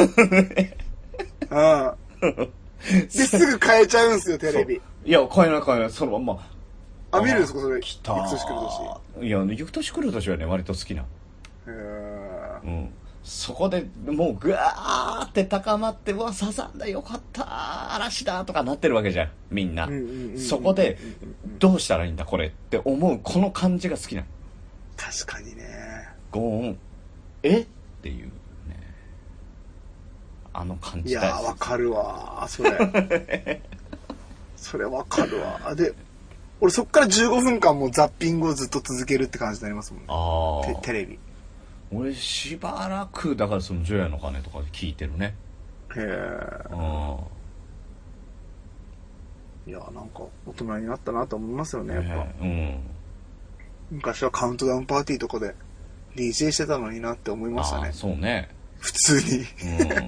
S1: すぐ変えちゃうんすよ、テレビ。
S2: いや、買えない買えない。そのまんま。
S1: あ、見るんですか、それ。
S2: 来たー。
S1: 行く年来る年。
S2: いや、行く年来る年はね、割と好きな。
S1: うーん
S2: うん。そこでもうぐわーって高まって、うわ、サザンだ、よかったー、嵐だとかなってるわけじゃん、みんな。
S1: うんうんうんうん
S2: そこで、どうしたらいいんだ、これって思う、この感じが好きなの。
S1: 確かにね。
S2: ゴーン。えっていうね。あの感
S1: い
S2: じ
S1: や
S2: だよ
S1: ー、わかるわー、それ。 それわかるわ。で、俺そっから15分間もうザッピングをずっと続けるって感じになりますもんね。
S2: あ
S1: テ
S2: あ
S1: テレビ。へ
S2: 俺しばらくだからその「除夜の鐘」とか聞いてるね
S1: え。
S2: うん
S1: いやー、なんか大人になったなと思いますよね、やっぱ。
S2: ねうん
S1: 昔はカウントダウンパーティーとかで DJ してたのになって思いました
S2: ああ
S1: ね。
S2: そうね
S1: 普通に。
S2: う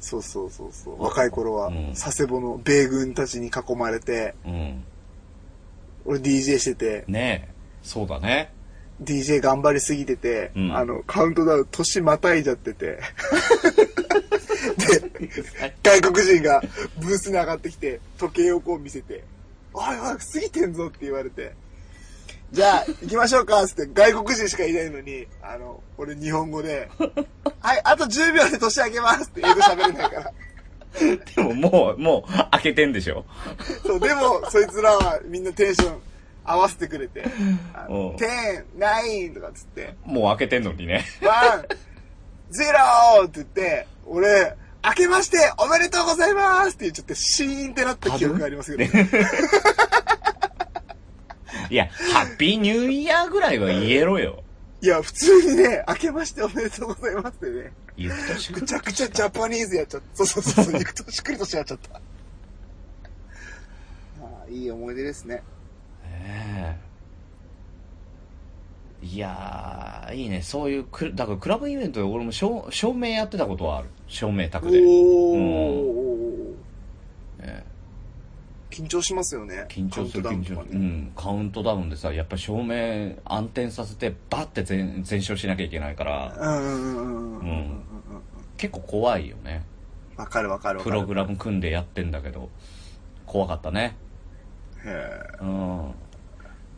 S1: そうそうそうそう。若い頃は
S2: う、ん
S1: 佐世保の米軍たちに囲まれて、
S2: んうん
S1: 俺 DJ してて、
S2: ねえそう だね
S1: DJ 頑張りすぎてて、
S2: うん
S1: あの、カウントダウン年またいじゃってて、 外国人がブースに上がってきて、時計をこう見せて、おいおい、過ぎてんぞって言われて、じゃあ、行きましょうかっつって、外国人しかいないのに、あの、俺日本語 で、はい、あと10秒で年明けますって英語喋れない から。
S2: でももうもう開けてんでしょ
S1: そう、でも、そいつらはみんなテンション合わせてくれて、あ
S2: う
S1: の
S2: ん
S1: 10, 9とかっつって、
S2: もう開けてんのにね
S1: ワン、ゼローって言って、俺、明けましておめでとうございますって言っちゃって、シーンってなった記憶がありますけど、ね、
S2: いや、ハッピーニューイヤーぐらいは言えろよ。
S1: いや、普通にね、明けましておめでとうございますってね。
S2: 言ってほし
S1: ぐ
S2: く
S1: ちゃくちゃジャパニーズやっちゃった。そうそうそうそう、ゆくとしくりとしやっちゃった。あーいい思い出ですね。
S2: ねえいやー、いいね。そういうクラ、だからクラブイベントで俺も照照明やってたことはある。照明
S1: お
S2: 宅
S1: ー、
S2: で。え
S1: 緊張しますよね。
S2: 緊張する
S1: カウントダウン
S2: 緊張す
S1: と
S2: る、
S1: か
S2: う
S1: ね。
S2: ん、カウントダウンでさやっぱ照明暗転させてバッて全全焼しなきゃいけないから
S1: うんうんうんうんうんうんうんうん。
S2: 結構怖いよね
S1: わかるわかるわ
S2: プ
S1: かる。
S2: ログラム組んでやってんだけど怖かったね
S1: へー
S2: うん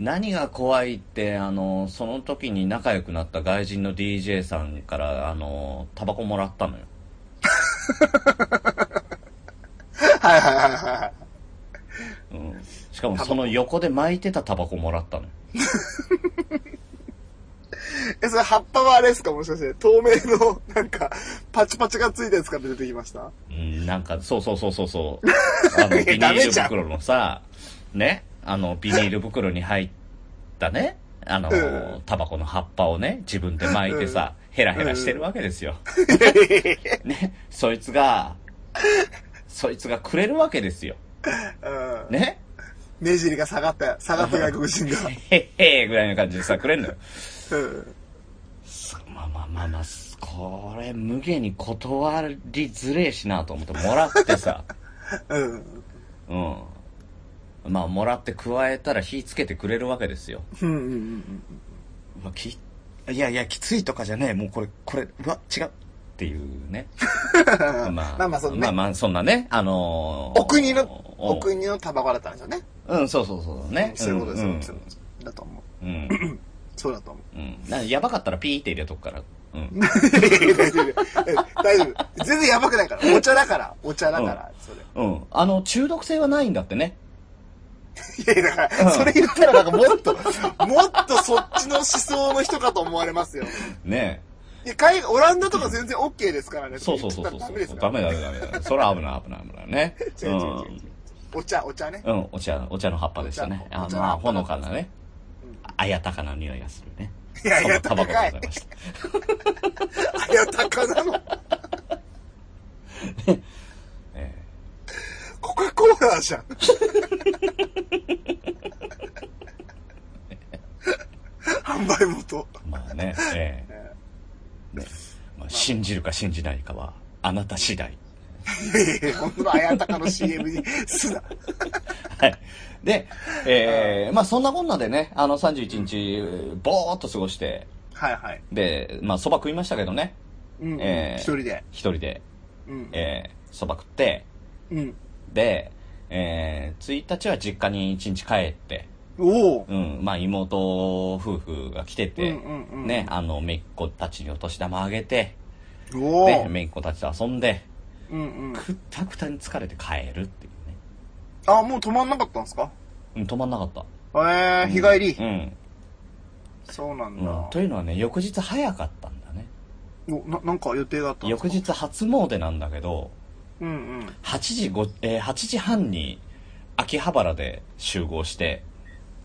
S2: 何が怖いってあのその時に仲良くなった外人の DJ さんからあのタバコもらったのよ
S1: はいはいはいは
S2: うん、しかもその横で巻いてたタバコもらったの
S1: い。え、それ葉っぱはあれですかもしかして。透明の、 なんか、パチパチがついたやつから出てきました
S2: うん、なんか、そうそうそうそうそう。あの、 ビニ
S1: ダメ
S2: ール
S1: じゃん
S2: 袋のさ、ね、あの、ビニール袋に入ったね、あの、
S1: うん
S2: タバコの葉っぱをね、自分で巻いてさ、ヘラヘラしてるわけですよ。 ね、そいつが、そいつがくれるわけですよ。
S1: うん。
S2: ね、
S1: 目尻が下がった、下がった外国 人が。
S2: へっへーぐらいの感じでさ、くれんのよ。
S1: うん。
S2: まあまあまあまあ、これ、無限に断りづれえしなと思ってもらって さ、
S1: うん。
S2: うん。まあ、もらって加えたら火つけてくれるわけですよ。
S1: うんうんうんうん。
S2: うわ、き、いやいや、きついとかじゃねえ。もうこれ、これ、うわ、違う。っていう ね。まあ
S1: まあまあそのね
S2: まあまあ、そんなね。あのー
S1: お国の、
S2: お
S1: お国のタバコだったんですよね。
S2: うん、そうそうそう。ね。
S1: そういうことです、
S2: ん
S1: そういうことですだと思う。
S2: うん。
S1: そうだと思う。
S2: うん。だからやばかったらピーって入れとくから。うん。
S1: いやいや大丈夫。え大丈夫。全然やばくないから。お茶だから。お茶だから。それ。
S2: うん。あの、中毒性はないんだってね。
S1: いやいや、だから、それ言ったらなんかもっと、もっとそっちの思想の人かと思われますよ。
S2: ね
S1: いや、海オランダとか全然 OK ですからね。
S2: え。そうそうそうそう
S1: ダ
S2: そう
S1: メです。か
S2: ダ
S1: ら。
S2: メだ、ダメだ。それは危ない、危ない、危ないね。
S1: 違う違う違う違うお茶、お茶ね。
S2: うん。うん、お茶、お茶の葉っぱでしたね。
S1: お茶
S2: あ
S1: お茶の
S2: ま
S1: 葉
S2: あ、
S1: っぱ
S2: ほのかなね。あやたかな匂いがするね。
S1: いやいや、
S2: タ
S1: 高
S2: バ
S1: い。
S2: コでございました。
S1: いや、高なの。
S2: え
S1: コカ・コーラじゃ ん。販売元。
S2: えまあね、ええ
S1: え
S2: ねまあ、信じるか信じないかは、あなた次第。
S1: いやいやいや、ほんとの綾鷹の CM に、すな。
S2: はい。で、ええまあそんなこんなでね、あの31日、ぼーっと過ごして、
S1: はいはい。
S2: で、まあ蕎麦食いましたけどね、
S1: うんうん。
S2: えー
S1: 一人で。
S2: 一人で、
S1: うん。
S2: ええ蕎麦食って、
S1: うん。
S2: で、ええ1日は実家に1日帰って、
S1: おお。
S2: うん、まあ妹夫婦が来てて、
S1: うんうんうん
S2: ね、あの、めいっ子たちにお年玉あげて、
S1: お
S2: で、
S1: お。
S2: めいっ子たちと遊んで、
S1: うんうん。
S2: くったくたに疲れて帰るっていうね。
S1: あ、もう止まんなかったんですか
S2: うん、止まんなかっ
S1: え
S2: た。
S1: え、日帰り
S2: う。ん。
S1: そうなん
S2: う
S1: だ。
S2: ん、というのはね、翌日早かったんだね。
S1: おな、なんか予定があったんです
S2: 翌
S1: か
S2: 日初詣なんだけど、
S1: うんうん。
S2: 8時ご、えー8時半に秋葉原で集合して、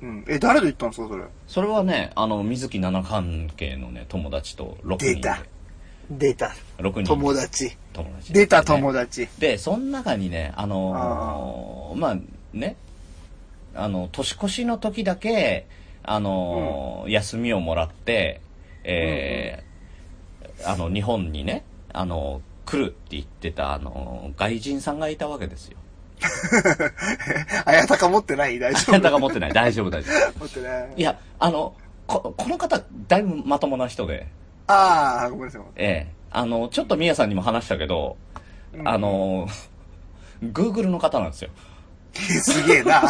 S1: うん。え、誰と行ったんですかそれ。
S2: それはね、あの、水木七関係のね、友達と6人
S1: 出
S2: で
S1: た。出た。
S2: 6人
S1: 友達。
S2: 友達で
S1: 出た友 達。
S2: で、その中にね、あのーまあね、あの、年越しの時だけ、あのー休みをもらって、えーあの、日本にね、あの来るって言ってた、あの外人さんがいたわけ ですよ。
S1: あやたか持ってない大丈
S2: あなたが持ってない。大丈夫、大丈
S1: 夫持ってない
S2: 夫。い。や、あの、こ、この方、だいぶまともな人で、
S1: ああ、ごめんなさい。
S2: ええあの、ちょっとミヤさんにも話したけど、
S1: うん
S2: あ、 のー、Google の方なんですよ。
S1: すげえ な。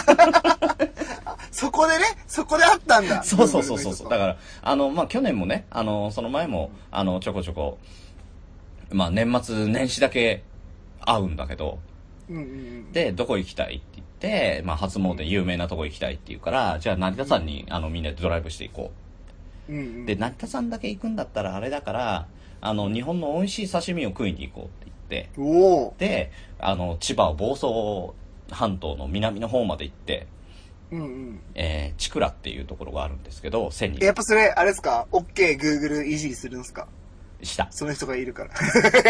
S1: そこでね、そこであったんだ。
S2: そうそうそうそうそう。だ
S1: ら。
S2: から、あの、まあ、去年もね、あの、その前も、あの、ちょこちょこ、まあ、年末、年始だけ会うんだけど、
S1: うんうんうん。
S2: で、どこ行きたいって言って、まあ、初詣有名なとこ行きたいって言うから、じゃあ、成田山に、あの、みんなでドライブしていこ
S1: うんう
S2: う。
S1: ん、
S2: で、成田山だけ行くんだったら、あれだから、あの、日本の美味しい刺身を食いに行こうって言って、
S1: おお。
S2: で、あの、千葉を房総半島の南の方まで行って、
S1: うんうん。
S2: えー、チクラっていうところがあるんですけど、1000
S1: やっ
S2: 人
S1: ぱそれ、あれですか ?OK、Google 維持するんですか
S2: した。
S1: その人がいるから。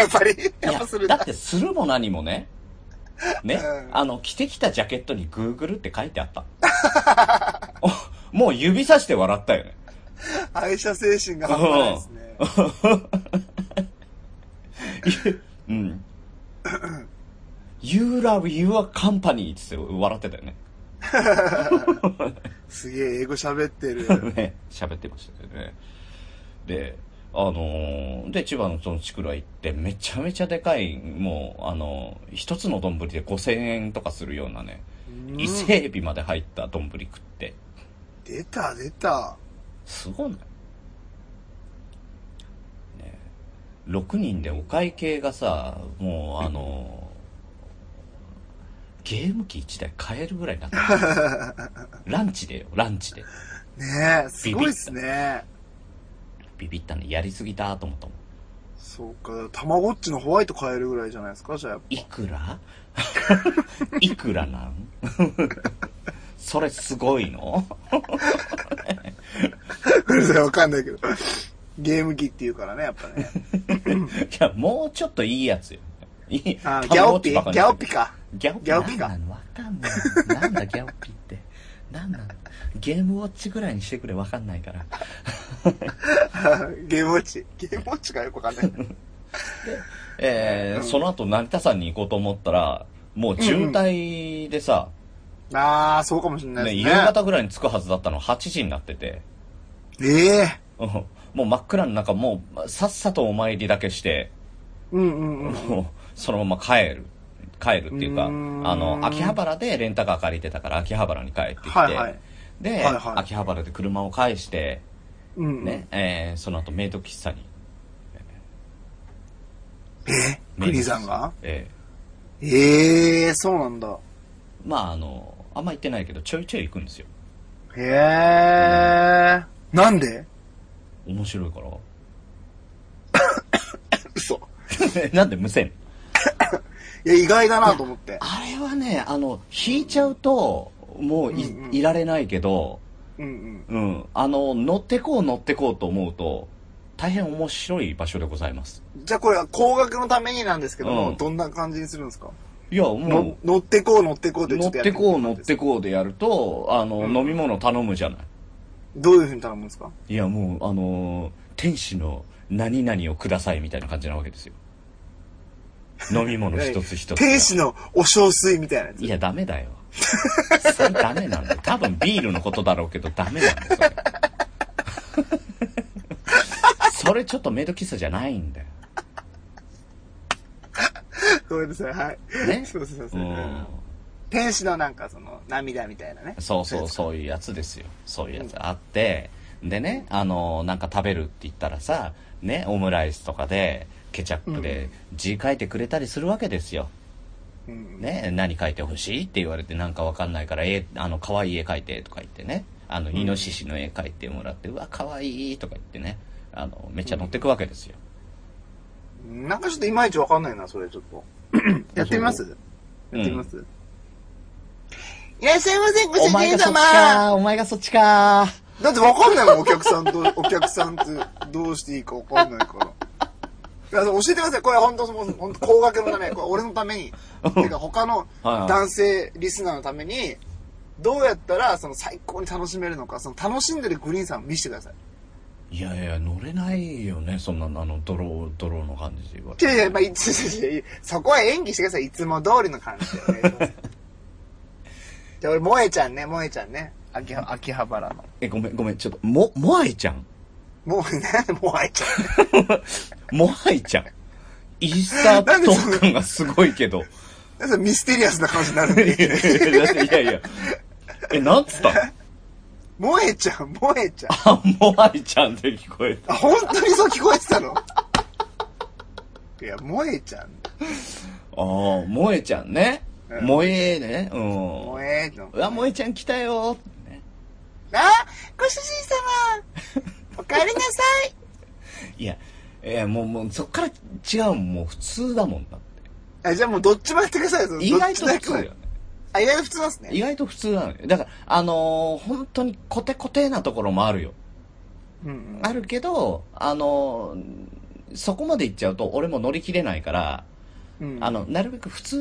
S1: や っぱりやっぱするん
S2: いやだ
S1: だ
S2: ってするも何もね、ね
S1: う、ん
S2: あの、着てきたジャケットに Google って書いてあった。 おもう指さして笑ったよね。
S1: 愛社精神が半端ないですね。
S2: うん。You love your company って言って笑ってたよね。
S1: すげえ英語喋って る。
S2: ね、喋ってましたよね。で、あのーで、千葉のそのチクラ行って、めちゃめちゃでかい、もう、あのー一つの丼で5000円とかするようなね、
S1: うん
S2: 伊勢エビまで入った丼食って、
S1: 出た出た。
S2: すごいね。ね6人でお会計がさ、もうあのーゲーム機1台買えるぐらいになった。 ランチでよ、ランチで。
S1: ねえ、すごいっすね。
S2: ビビったね、やりすぎたと思ったもん。
S1: そうか、たまごっちのホワイト買えるぐらいじゃないですかじゃあやっぱ。
S2: いく らいくらなんそれすごいの
S1: ごめんな さい、わかんないけど。ゲーム機って言うからね、やっぱね。
S2: いや、もうちょっといいやつよ。いい
S1: あー、ギャオピギ
S2: たまごっちばかりじ
S1: ャ
S2: ゃな
S1: オ
S2: い
S1: ピか。
S2: ギャオピ
S1: ギャオピか
S2: なんなのわかんない。なんだギャオピって。なんなのゲームウォッチぐらいにしてくれわかんないから。
S1: ゲームウォッチ。ゲームウォッチかよくわかんない。
S2: えー
S1: うん
S2: その後成田山に行こうと思ったら、もう渋滞でさ、
S1: あー、そうかもしんないで
S2: ね、
S1: すね。
S2: 夕方ぐらいに着くはずだったの8時になってて、
S1: ええ
S2: うんもう真っ暗の中、もうさっさとお参りだけして、
S1: うんうんうん。
S2: もうそのまま帰る。帰るっていうか、あ
S1: うーん
S2: の、秋葉原でレンタカー借りてたから秋葉原に帰ってきて、
S1: はいはい。
S2: で、
S1: はいはい
S2: 秋葉原で車を返して、
S1: うんうん。
S2: ね、えーその後メイド喫茶に。
S1: えク
S2: メイド喫
S1: リ
S2: 茶
S1: さんが
S2: え
S1: ええー、そうなんだ。
S2: えまああの、あんま行ってないけど、ちょいちょい行くんですよ。
S1: へえ、ー。なんで
S2: 面白いから。
S1: 嘘。
S2: なんで無線
S1: いや、意外だなと思って。
S2: あれはね、あの、引いちゃうと、もうい,、
S1: うんうん
S2: いられないけど、
S1: うんうん。
S2: うん、あの、乗ってこう乗ってこうと思うと、大変面白い場所でございます。
S1: じゃあこれは工学のためになんですけども、
S2: うん
S1: どんな感じにするんですか、
S2: いや、
S1: の
S2: も
S1: 乗ってこう乗ってこうっ
S2: う、
S1: てち
S2: 乗
S1: ょ
S2: っ
S1: とや
S2: てこう乗
S1: み
S2: った
S1: い
S2: てこうでやると、あの、
S1: うん
S2: 飲み物頼むじゃない。
S1: どういうふうに頼むんですか
S2: いや、もう、あのー天使の何々をくださいみたいな感じなわけですよ。飲み物一つ一つが。
S1: 天使のお小水みたい なやつ。
S2: いや、ダメだよ。それダメなんだよ。多分ビールのことだろうけど、ダメなんだよ、それ。それちょっとメイド喫茶じゃないんだよ。
S1: ごめんなさい、はい。
S2: ね
S1: そうそう
S2: う
S1: そう。
S2: ん。
S1: 天使のなんかその涙みたいなね。
S2: そうそう、そういうやつですよ。そういうやつあって、でね、あの、なんか食べるって言ったらさ、ね、オムライスとかで、ケチャップで字書いてくれたりするわけですよ。
S1: うん。
S2: ね、何書いてほしいって言われてなんかわかんないから、絵、あの、可愛い絵描いてとか言ってね、あの、イノシシの絵描いてもらって、うわ、可愛いとか言ってね、あの、めっちゃ乗ってくわけですよ。
S1: なんかちょっといまいちわかんないな、それちょっ と。やってみます
S2: うん
S1: やってみます、いらっしゃいませ、ご
S2: お
S1: 主
S2: 前
S1: 人
S2: がそっち
S1: 様
S2: か、お前がそっちか。
S1: だってわかんないもん、お客さんと、 お客さんとどうしていいかわかんないから。いや教えてください。これ本当もう本当高額のため、これ俺のため に、てか他の
S2: はいはい
S1: 男性リスナーのために、どうやったらその最高に楽しめるのか、その楽しんでるグリーンさんを見せてください。
S2: いやいや、乗れないよね、そんな、あの、泥、泥の感じで言われ
S1: い
S2: て。
S1: やいや、まあ、いつ、いやいやそこは演技してください。いつも通りの感じでお願いします。じゃあ俺、萌えちゃんね、萌えちゃんね。秋葉秋葉原の。
S2: え、ごめん、ごめん、ちょっと、も、モアイちゃん
S1: もうね、萌えちゃん。
S2: モアイちゃん。イースタートーク感がすごい けど。
S1: なんかミステリアスな感じになるん
S2: いやい
S1: で。
S2: やいやいや。え、なんつったの
S1: 萌えちゃん、萌えちゃん。
S2: あ、モアイちゃんって聞こえた。
S1: あ、本当にそう聞こえてたのいや、萌えちゃん。
S2: ああ、萌えちゃんね。
S1: うん
S2: 萌えね。うん。
S1: 萌えの。
S2: うわ、萌えちゃん来たよ。ね
S1: あご主人様お帰りなさい
S2: いや、えーもう、もう、そっから違うもん。もう普通だもんだって。
S1: あ、じゃあもうどっちもやってください。その
S2: 意外と
S1: どっ
S2: 普
S1: ちも
S2: 通
S1: やってくださ
S2: よ
S1: い
S2: ね。
S1: あ、あ、意外と普通なんですね。
S2: 意外と普通なのよ。だから、あのー本当にコテコテなところもあるよ。
S1: うんうん。
S2: あるけど、あのーそこまで行っちゃうと俺も乗り切れないから、
S1: うん
S2: あの、なるべく普通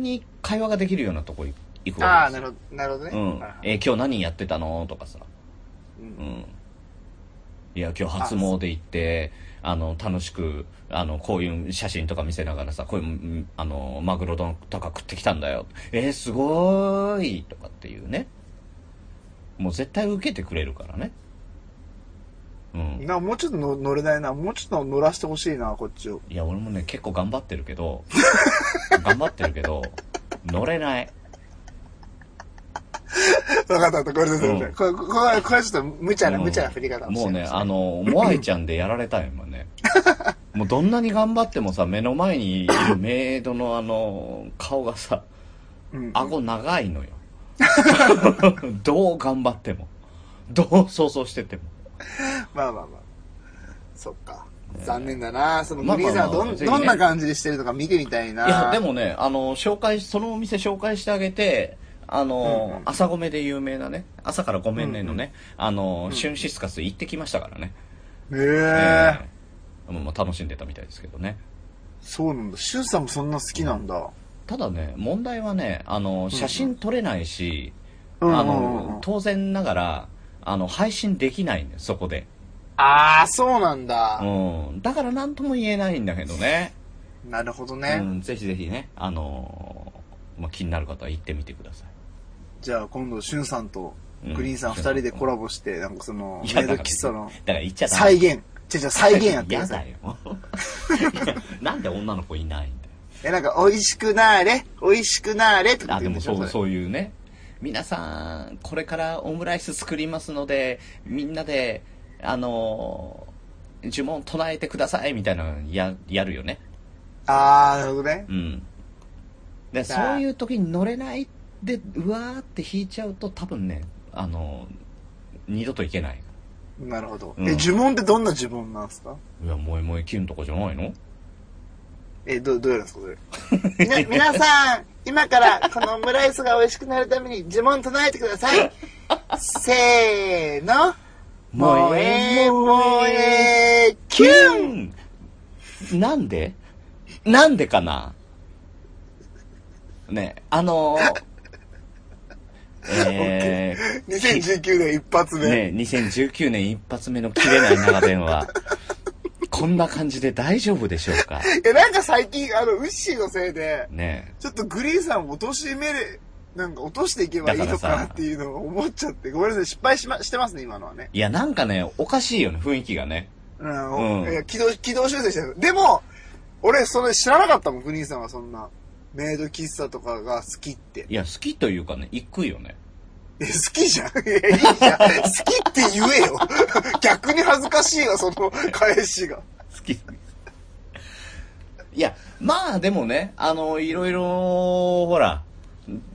S2: に会話ができるようなとこ行行く
S1: あ
S2: わ
S1: あ、な
S2: けですよ。
S1: るほど、なるほどね。
S2: うん
S1: はいは。い
S2: えー今日何やってたのとかさ。
S1: う
S2: うんん。いや、今日初詣行って、あの、楽しく、あの、こういう写真とか見せながらさ、こういううん、あの、マグロ丼とか食ってきたんだよ。えー、すごーいとかっていうね。もう絶対受けてくれるからね。うん。
S1: なもうちょっとの乗れないな。もうちょっと乗らせてほしいな、こっちを。
S2: いや、俺もね、結構頑張ってるけど、 頑張ってるけど、乗れない。
S1: わかったわかった、ごめんなさい、ごめんなさ
S2: う
S1: い
S2: ん
S1: これ、これは、これはちょっと無茶な、
S2: うん
S1: 無茶な振り方を
S2: も
S1: し
S2: う
S1: て
S2: ね、
S1: ます
S2: あの、モアイちゃんでやられたよ、今ね。もうどんなに頑張ってもさ、目の前にいるメイドのあの、顔がさ、
S1: うん
S2: 顎長い のよ。どう頑張っても。どう想像してても。
S1: まあまあまあ。そっか。残念だな。その
S2: まあ
S1: グリ
S2: ま
S1: ー
S2: あ
S1: ンさん
S2: まあ
S1: はどん、
S2: ぜひね
S1: どんな感じにしてるのか見てみたいな。
S2: いや、で。もね、あの、紹介、そのお店紹介してあげて、あの、
S1: うんうん
S2: 朝ごめで有名なね、朝からごめんねのね、あの、
S1: うん
S2: シュンシスカス行ってきましたからね。
S1: ええ
S2: ええもうもう楽しんでたみたいですけどね。
S1: そうなんだ。シュンさんもそんな好きなんだ。
S2: ただね、問題はね、あの、写真撮れないし、
S1: うん
S2: あ
S1: うんうんう
S2: の
S1: ん、
S2: 当然ながら、あの、配信できないんだよ、そこで。
S1: ああ、そうなんだ。
S2: うん。だから何とも言えないんだけどね。
S1: なるほど
S2: う
S1: ね。
S2: ん、ぜひぜひね、あのーまあ、気になる方は行ってみてくださ
S1: じゃあ今度、シュンさんと
S2: うん
S1: グリーンさん二人でコラボして、なんかその
S2: い。い、や
S1: メイド喫茶の
S2: だから行っちゃダ
S1: 再現。じゃじゃ再現やってくだ さい。
S2: い。やだよ。いやなんで女の子いないんだよ。
S1: え、なんか、美味しくなーれ、美味しくなーれとか
S2: あ、
S1: って言う
S2: で
S1: ん
S2: も
S1: でしょ
S2: そう、
S1: う。
S2: そういうね。皆さん、これからオムライス作りますので、みんなで、あのー呪文唱えてくださいみたいなのや、やるよね。
S1: ああ、なるほどね。
S2: うん。で、そ
S1: さあ
S2: ういう時に乗れないで、うわーって引いちゃうと多分ね、あのー二度といけない。
S1: なるほど。
S2: うん
S1: え、呪文ってどんな呪文なんですか
S2: いや、萌え萌えキュンとかじゃないの
S1: え、ど、どうやるんですか、それ。みな、皆さん、今からこのオムライスが美味しくなるために呪文唱えてください。せーの。萌え萌えキュン
S2: ンなんでなんでかなねえ、あのー、え
S1: !2019 年一発
S2: ー、
S1: 目。
S2: ねえ2019年一発目の切れない長電話。こんな感じで大丈夫でしょうか
S1: いや、なんか最近、あの、ウッシーのせいで、
S2: ね
S1: ちょっとグリーンさんを落としめる、なんか落としていけばいい
S2: だから
S1: の
S2: さ
S1: かなっていうのを思っちゃって、ごめんなさい、失敗しま、してますね、今のはね。
S2: え。いや、なんかね、おかしいよね、雰囲気がね。
S1: うん、
S2: うん
S1: いや軌道、軌道修正してる。でも、俺、それ知らなかったもん、グリーンさんはそんな、メイド喫茶とかが好きって。
S2: いや、好きというかね、行くよね。
S1: え、好きじゃん いや、いいじゃん。好きって言えよ。 逆に恥ずかしいわ、その返しが。
S2: 好き。いや、まあでもね、あの、いろいろ、ほら、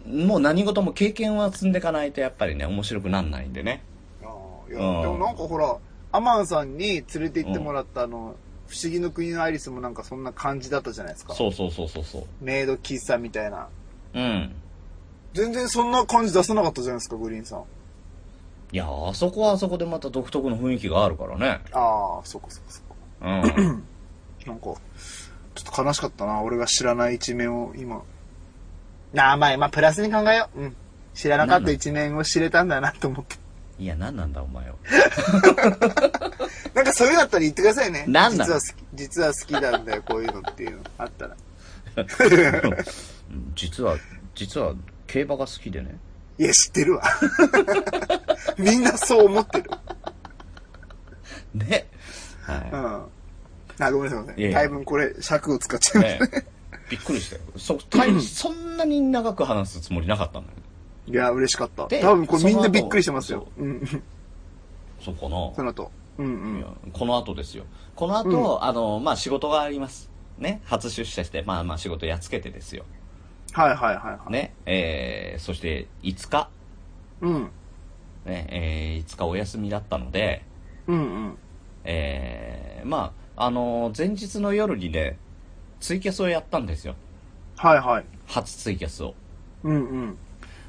S2: もう何事も経験は積んでいかないとやっぱりね、面白くなんないんでね。
S1: あーいや、
S2: うん
S1: でもなんかほら、アマンさんに連れて行ってもらったあの、不思議の国のアイリスもなんかそんな感じだったじゃないですか。
S2: そうそうそうそうそう。
S1: メイド喫茶みたいな。
S2: うん。
S1: 全然そんな感じ出さなかったじゃないですか、グリーンさん。
S2: いや、あそこはあそこでまた独特の雰囲気があるからね。
S1: ああ、そっかそっかそっか。
S2: うん。
S1: なんか、ちょっと悲しかったな。俺が知らない一面を今。なあ、まあ、まあ、プラスに考えよう。うん。知らなかった一面を知れたんだなと思って。
S2: いや、何なんだお前は。
S1: なんかそういうのあったら言ってくださいね。
S2: なんなん
S1: 実は好き、実は好きなんだよ、こういうのっていうのあったら。
S2: 実は、実は、競馬が好きでね。
S1: いや、知ってるわ。 みんなそう思ってる。
S2: ね。
S1: うん。
S2: は
S1: あ、ごめんなさいごめんなさ
S2: いや
S1: い。
S2: いや
S1: だいぶこれ、尺を使っち
S2: い。
S1: ゃいまし
S2: ねびっくりしたよ。そ、大そんなに長く話すつもりなかったんだよ。
S1: た。いや、嬉しかった。多
S2: で
S1: 分これみん
S2: その
S1: な
S2: 後
S1: びっくりしてますよ。うん。
S2: そうかな
S1: そ。の後。うんう
S2: いや
S1: ん。
S2: この後ですよ。この後、あの、まあ、仕事があります。ね。初出社して、まあまあ仕事やっつけてですよ。
S1: はいはいはいはい。
S2: ね。えー、そして5日、
S1: うん。
S2: ね、えー、5日お休みだったので、
S1: うんうん。
S2: えー、まあ、あの、前日の夜にね、ツイキャスをやったんですよ。
S1: はいはい。
S2: 初ツイキャスを。
S1: うんうん。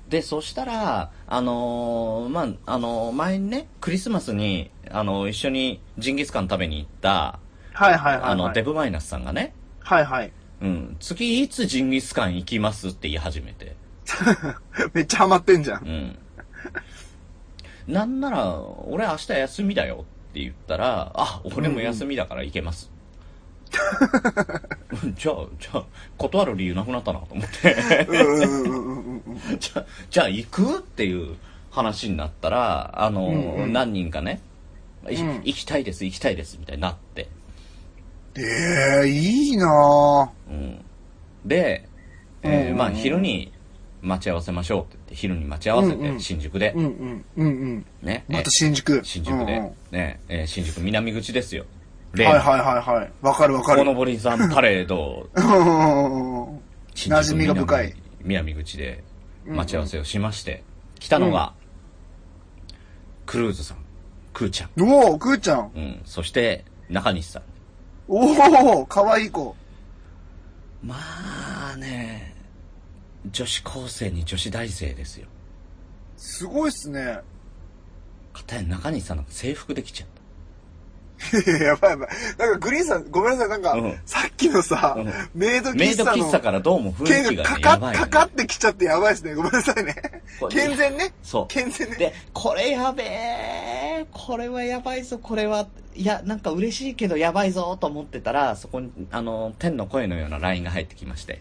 S2: で、そしたら、あのーまあ、あのー前にね、クリスマスに、あのー一緒にジンギスカン食べに行った、
S1: はいはいはい、はい。
S2: あの、デブマイナスさんがね、
S1: はいはい。
S2: うん、次いつジンギスカン行きますって言い始めて。
S1: めっちゃハマってんじゃん
S2: う。ん。なんなら、俺明日休みだよって言ったら、あ、俺も休みだから行けます。じゃあ、じゃあ、断る理由なくなったなと思って。
S1: うんうんうんうんうんうん。
S2: じゃあ、じゃあ行くっていう話になったら、あの、
S1: うんうん
S2: 何人かね、い
S1: うん
S2: 行きたいです、行きたいです、みたいになって。
S1: ええいいな
S2: うん、で、えー
S1: うん
S2: まあ、昼に待ち合わせましょうって言って、昼に待ち合わせ
S1: うんうん
S2: て、新宿で
S1: ぁ。う、んうん。うんうん。
S2: ね、え
S1: ま
S2: ー
S1: た新宿。
S2: 新宿
S1: うん
S2: で、ね、えー新宿南口ですよ。
S1: うん。
S2: 例
S1: はい
S2: の、
S1: はいはいはい。わかるわか
S2: こ
S1: る。
S2: のぼりさんパレード、
S1: うんうんうんうん
S2: 新
S1: 馴
S2: 宿
S1: 染みが深い
S2: 南。南口で待ち合わせをしまして、来たのが、クルーズさん、クーちゃん。
S1: おお、くーちゃん。
S2: うん、そして中西さん
S1: おお、かわいい子。
S2: まあね女子高生に女子大生ですよ
S1: すごいっすね。
S2: 片や中西さんなんか制服できちゃっ
S1: やばいやばい。なんかグリーンさん、ごめんなさい、なんか、
S2: うん
S1: さっきのさ、
S2: うん
S1: メイド
S2: たメイ
S1: 喫
S2: ド
S1: 茶
S2: 喫茶
S1: の
S2: からどうも雰囲
S1: 件
S2: 気が、
S1: が
S2: ね、
S1: かか,、
S2: やばい、ね、
S1: かかってきちゃってやばいですね。ごめんなさいね。
S2: これ
S1: 健全ね。
S2: そう
S1: 健全ね。
S2: でこれやべえこれはやばいぞこれはいやなんか嬉しいけどやばいぞと思ってたらそこにあの天の声のような LINE が入ってきまして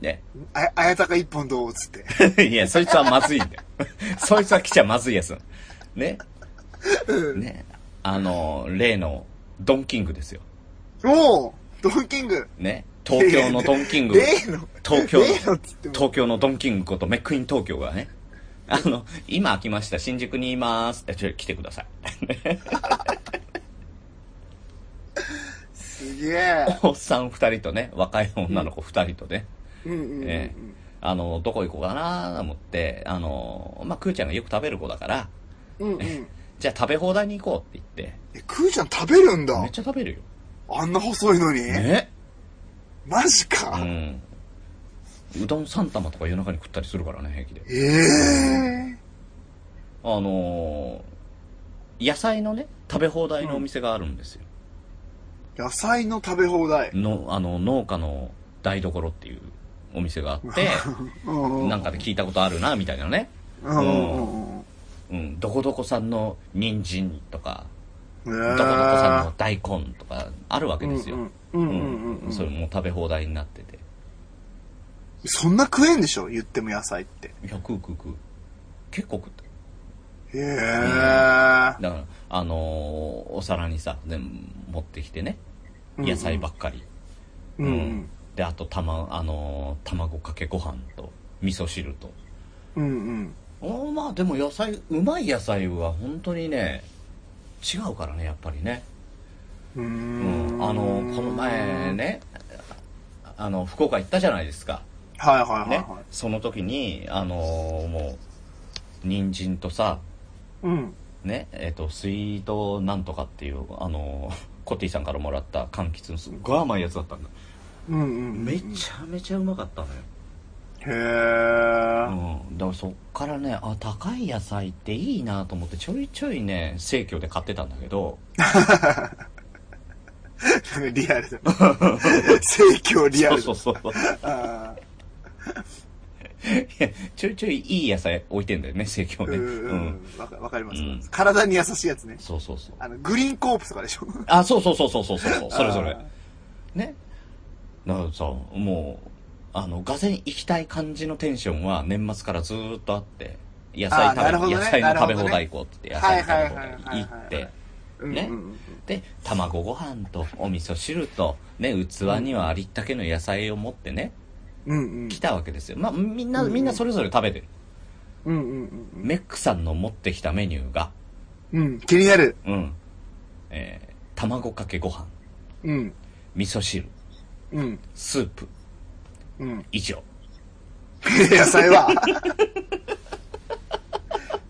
S2: で
S1: あ、あやたか一本どうつって。
S2: いやそいつはまずいんだよ そいつは来ちゃまずいやつね
S1: うん
S2: ねあの例のドンキングですよ
S1: おおドンキング。
S2: ね、東京のドンキング、
S1: 例の。
S2: 東京
S1: 例のっつっても。
S2: 東京のドンキングことメックイン東京がね、あの、今開きました、新宿にいます。え、ちょ、来てください。
S1: すげえ。
S2: おっさん二人とね、若い女の子二人とね、
S1: うんうんうんうん。
S2: えあの、どこ行こうかなと思って、あの、まあ、くーちゃんがよく食べる子だから、
S1: うんうん。
S2: じゃあ食べ放題に行こうって言って、
S1: え、くーちゃん食べるんだ
S2: めっ。ちゃ食べるよ。
S1: あんな細いのに。
S2: ね
S1: マジ
S2: う
S1: か。
S2: ん。うどん3玉とか夜中に食ったりするからね、平気で。
S1: ええ
S2: あの野菜のね、食べ放題のお店があるんですよ。
S1: 野菜の食べ放題。
S2: のあの農家の台所っていうお店があって
S1: うんうん。
S2: なんかで聞いたことあるなみたいなね、
S1: うんうんうんうん。
S2: うん、どこどこさんの人参とか
S1: どこ
S2: どこどこさんの大根とかあるわけですよ、
S1: うんうんうんうん。
S2: それもう食べ放題になってて
S1: そんな食えんでしょ言っても野菜って。
S2: いや食う食う食う結構食った
S1: へえ。
S2: だからあのーお皿にさ全部持ってきてね野菜ばっかり、
S1: うんうん。
S2: であとた、まあのー卵かけご飯と味噌汁と
S1: うんうん。
S2: おーまあでも野菜うまい野菜は本当にね違うからねやっぱりね、
S1: う。
S2: うんあのこの前。ねああの福岡行ったじゃないですか、
S1: はいはいはい
S2: ね
S1: はい。
S2: その時にあのーもう人参とさ
S1: うん。
S2: ねえっ、とスイートなんとかっていうあのー コッティさんからもらった柑橘のすっごい甘いやつだったんだ
S1: うんうん。
S2: めちゃめちゃうまかったのよ
S1: へえ。
S2: うん、だからそっからねあ高い野菜っていいなと思ってちょいちょいね生協で買ってたんだけど
S1: リアルだ。生協リアルだ
S2: そう。そうそう
S1: あー
S2: いやちょいちょいいい野菜置いてんだよね生協
S1: う
S2: ね
S1: ん
S2: う
S1: うん
S2: ん
S1: わかわかりま
S2: うん
S1: す。体に優しいやつね。
S2: そうそうそう
S1: あの、グリーンコープとかでしょ
S2: あそうそうそうそうそうそうそうそれそ
S1: あ
S2: れ
S1: ー
S2: ねだからさもうあのがぜん行きたい感じのテンションは年末からずーっとあって野菜
S1: あーなる
S2: 食
S1: ほ
S2: べ、
S1: どね
S2: 野菜の食
S1: なる
S2: べ
S1: ほどね
S2: 放題行こうって言って野菜の食べ放題
S1: はいはいはいはい
S2: 行
S1: はい
S2: って
S1: うん
S2: ね
S1: うんうん
S2: で卵ご飯とお味噌汁とね器にはありったけの野菜を持ってね
S1: うんうん
S2: 来たわけですよまあみんな
S1: うん
S2: みんなそれぞれ食べてる
S1: うんうんうん
S2: メックさんの持ってきたメニューが
S1: うん。うん、気になる。
S2: うん。えー卵かけご飯、
S1: うん。
S2: 味噌汁、
S1: うん。
S2: スープ、
S1: うん。
S2: 以上。
S1: 野菜は。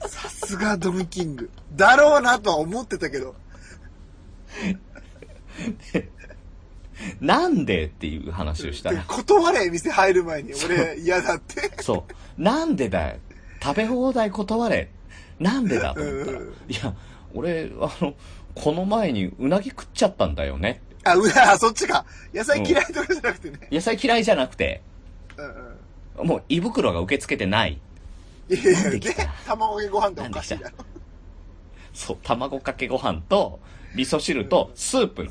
S1: さすがドンキング。だろうなとは思ってたけど。
S2: なんでっていう話をした
S1: で
S2: ら、
S1: 断れ、店入る前に。
S2: そう
S1: 俺、嫌だって。
S2: そう、なんでだよ。食べ放題断れ。なんでだと思ったら、
S1: うんう
S2: い
S1: ん
S2: や、俺、あの、この前にうなぎ食っちゃったんだよね。
S1: あ、うわ、そっちか。野菜嫌いとかじゃなくてね。
S2: 野菜嫌いじゃなくて、
S1: うんうん。
S2: もう胃袋が受け付けてない。
S1: いやいや
S2: なんで
S1: ね
S2: 来た、
S1: 卵かけご飯っておかしいだろ。
S2: そう、卵かけご飯と、味噌汁と、スープの。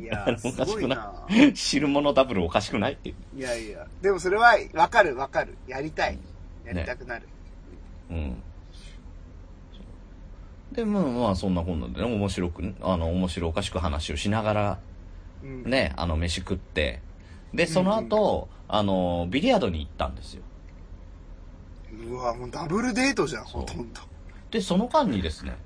S1: いや
S2: あの
S1: ー、すごいな。
S2: 汁物ダブルおかしくないっていう。
S1: いやいや。でもそれは、わかるわかる。やりたい。やりたくなる。
S2: うん。で、まあまあ、そんなこんなでね、面白く、あの、面白おかしく話をしながら、
S1: うん。
S2: ね、あの、飯食って、で、その後、あの、ビリヤードに行ったんですよ。
S1: うわ、もうダブルデートじゃん、
S2: そう
S1: ほとんど。
S2: で、その間にですね、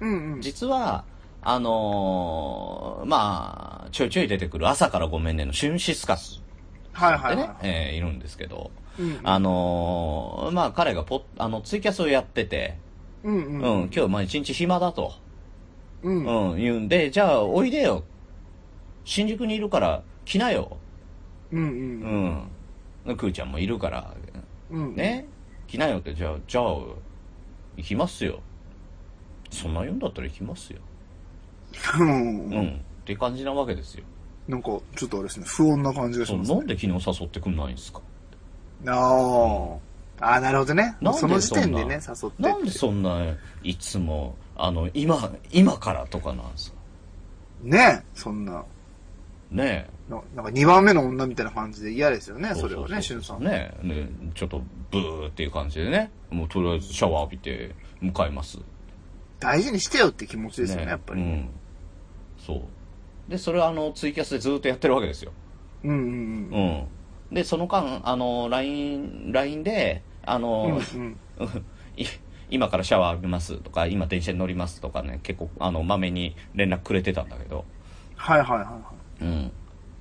S1: うんうん。
S2: 実は、あのーまあ、ちょいちょい出てくる朝からごめんねのシュンシスカス
S1: はいは
S2: で
S1: い
S2: ね
S1: は、
S2: えーいるんですけど、
S1: い。うんうん
S2: あのーまあ彼がポッあの、ツイキャスをやってて、
S1: うん
S2: うん、今日まあ一日暇だと、
S1: うん。うん。
S2: うん、言うんで、じゃあ、おいでよ。新宿にいるから、来なよ。
S1: う
S2: うんん。くーちゃんもいるから、
S1: うん。うん。
S2: ね。来なよって、じゃあ、じゃあ、行きますよ。そんな言うんだったら行きますよ。
S1: うん
S2: うん。って感じなわけですよ。
S1: なんか、ちょっとあれですね、不穏な感じがし
S2: そう、
S1: ます
S2: な
S1: ね。
S2: んで昨日誘ってくんないんですか
S1: あー。あー、なるほどね
S2: なん。で
S1: その時点でね、
S2: そ
S1: 誘って。
S2: なんでそんな、いつも、あの、今、今からとかなんですか
S1: ねそんな。
S2: ね
S1: ななんか2番目の女みたいな感じで嫌ですよ
S2: え。
S1: ね、それはね、しゅ
S2: そ
S1: んさ。
S2: うそうんねえねえちょっと、ブーっていう感じでね。もう、とりあえずシャワー浴びて、向かいます。
S1: 大事にしてよって気持ちですよね、
S2: ね
S1: やっぱり。
S2: う
S1: うん
S2: ん、そうでそれはあのツイキャスでずっとやってるわけですよ、
S1: うん
S2: う
S1: うん。
S2: ん、でその間あの LINE, LINE であ
S1: うん
S2: の、
S1: うん。
S2: い今からシャワー浴びますとか今電車に乗りますとかね結構あのまめに連絡くれてたんだけど、
S1: はいはいはいはい。
S2: うん、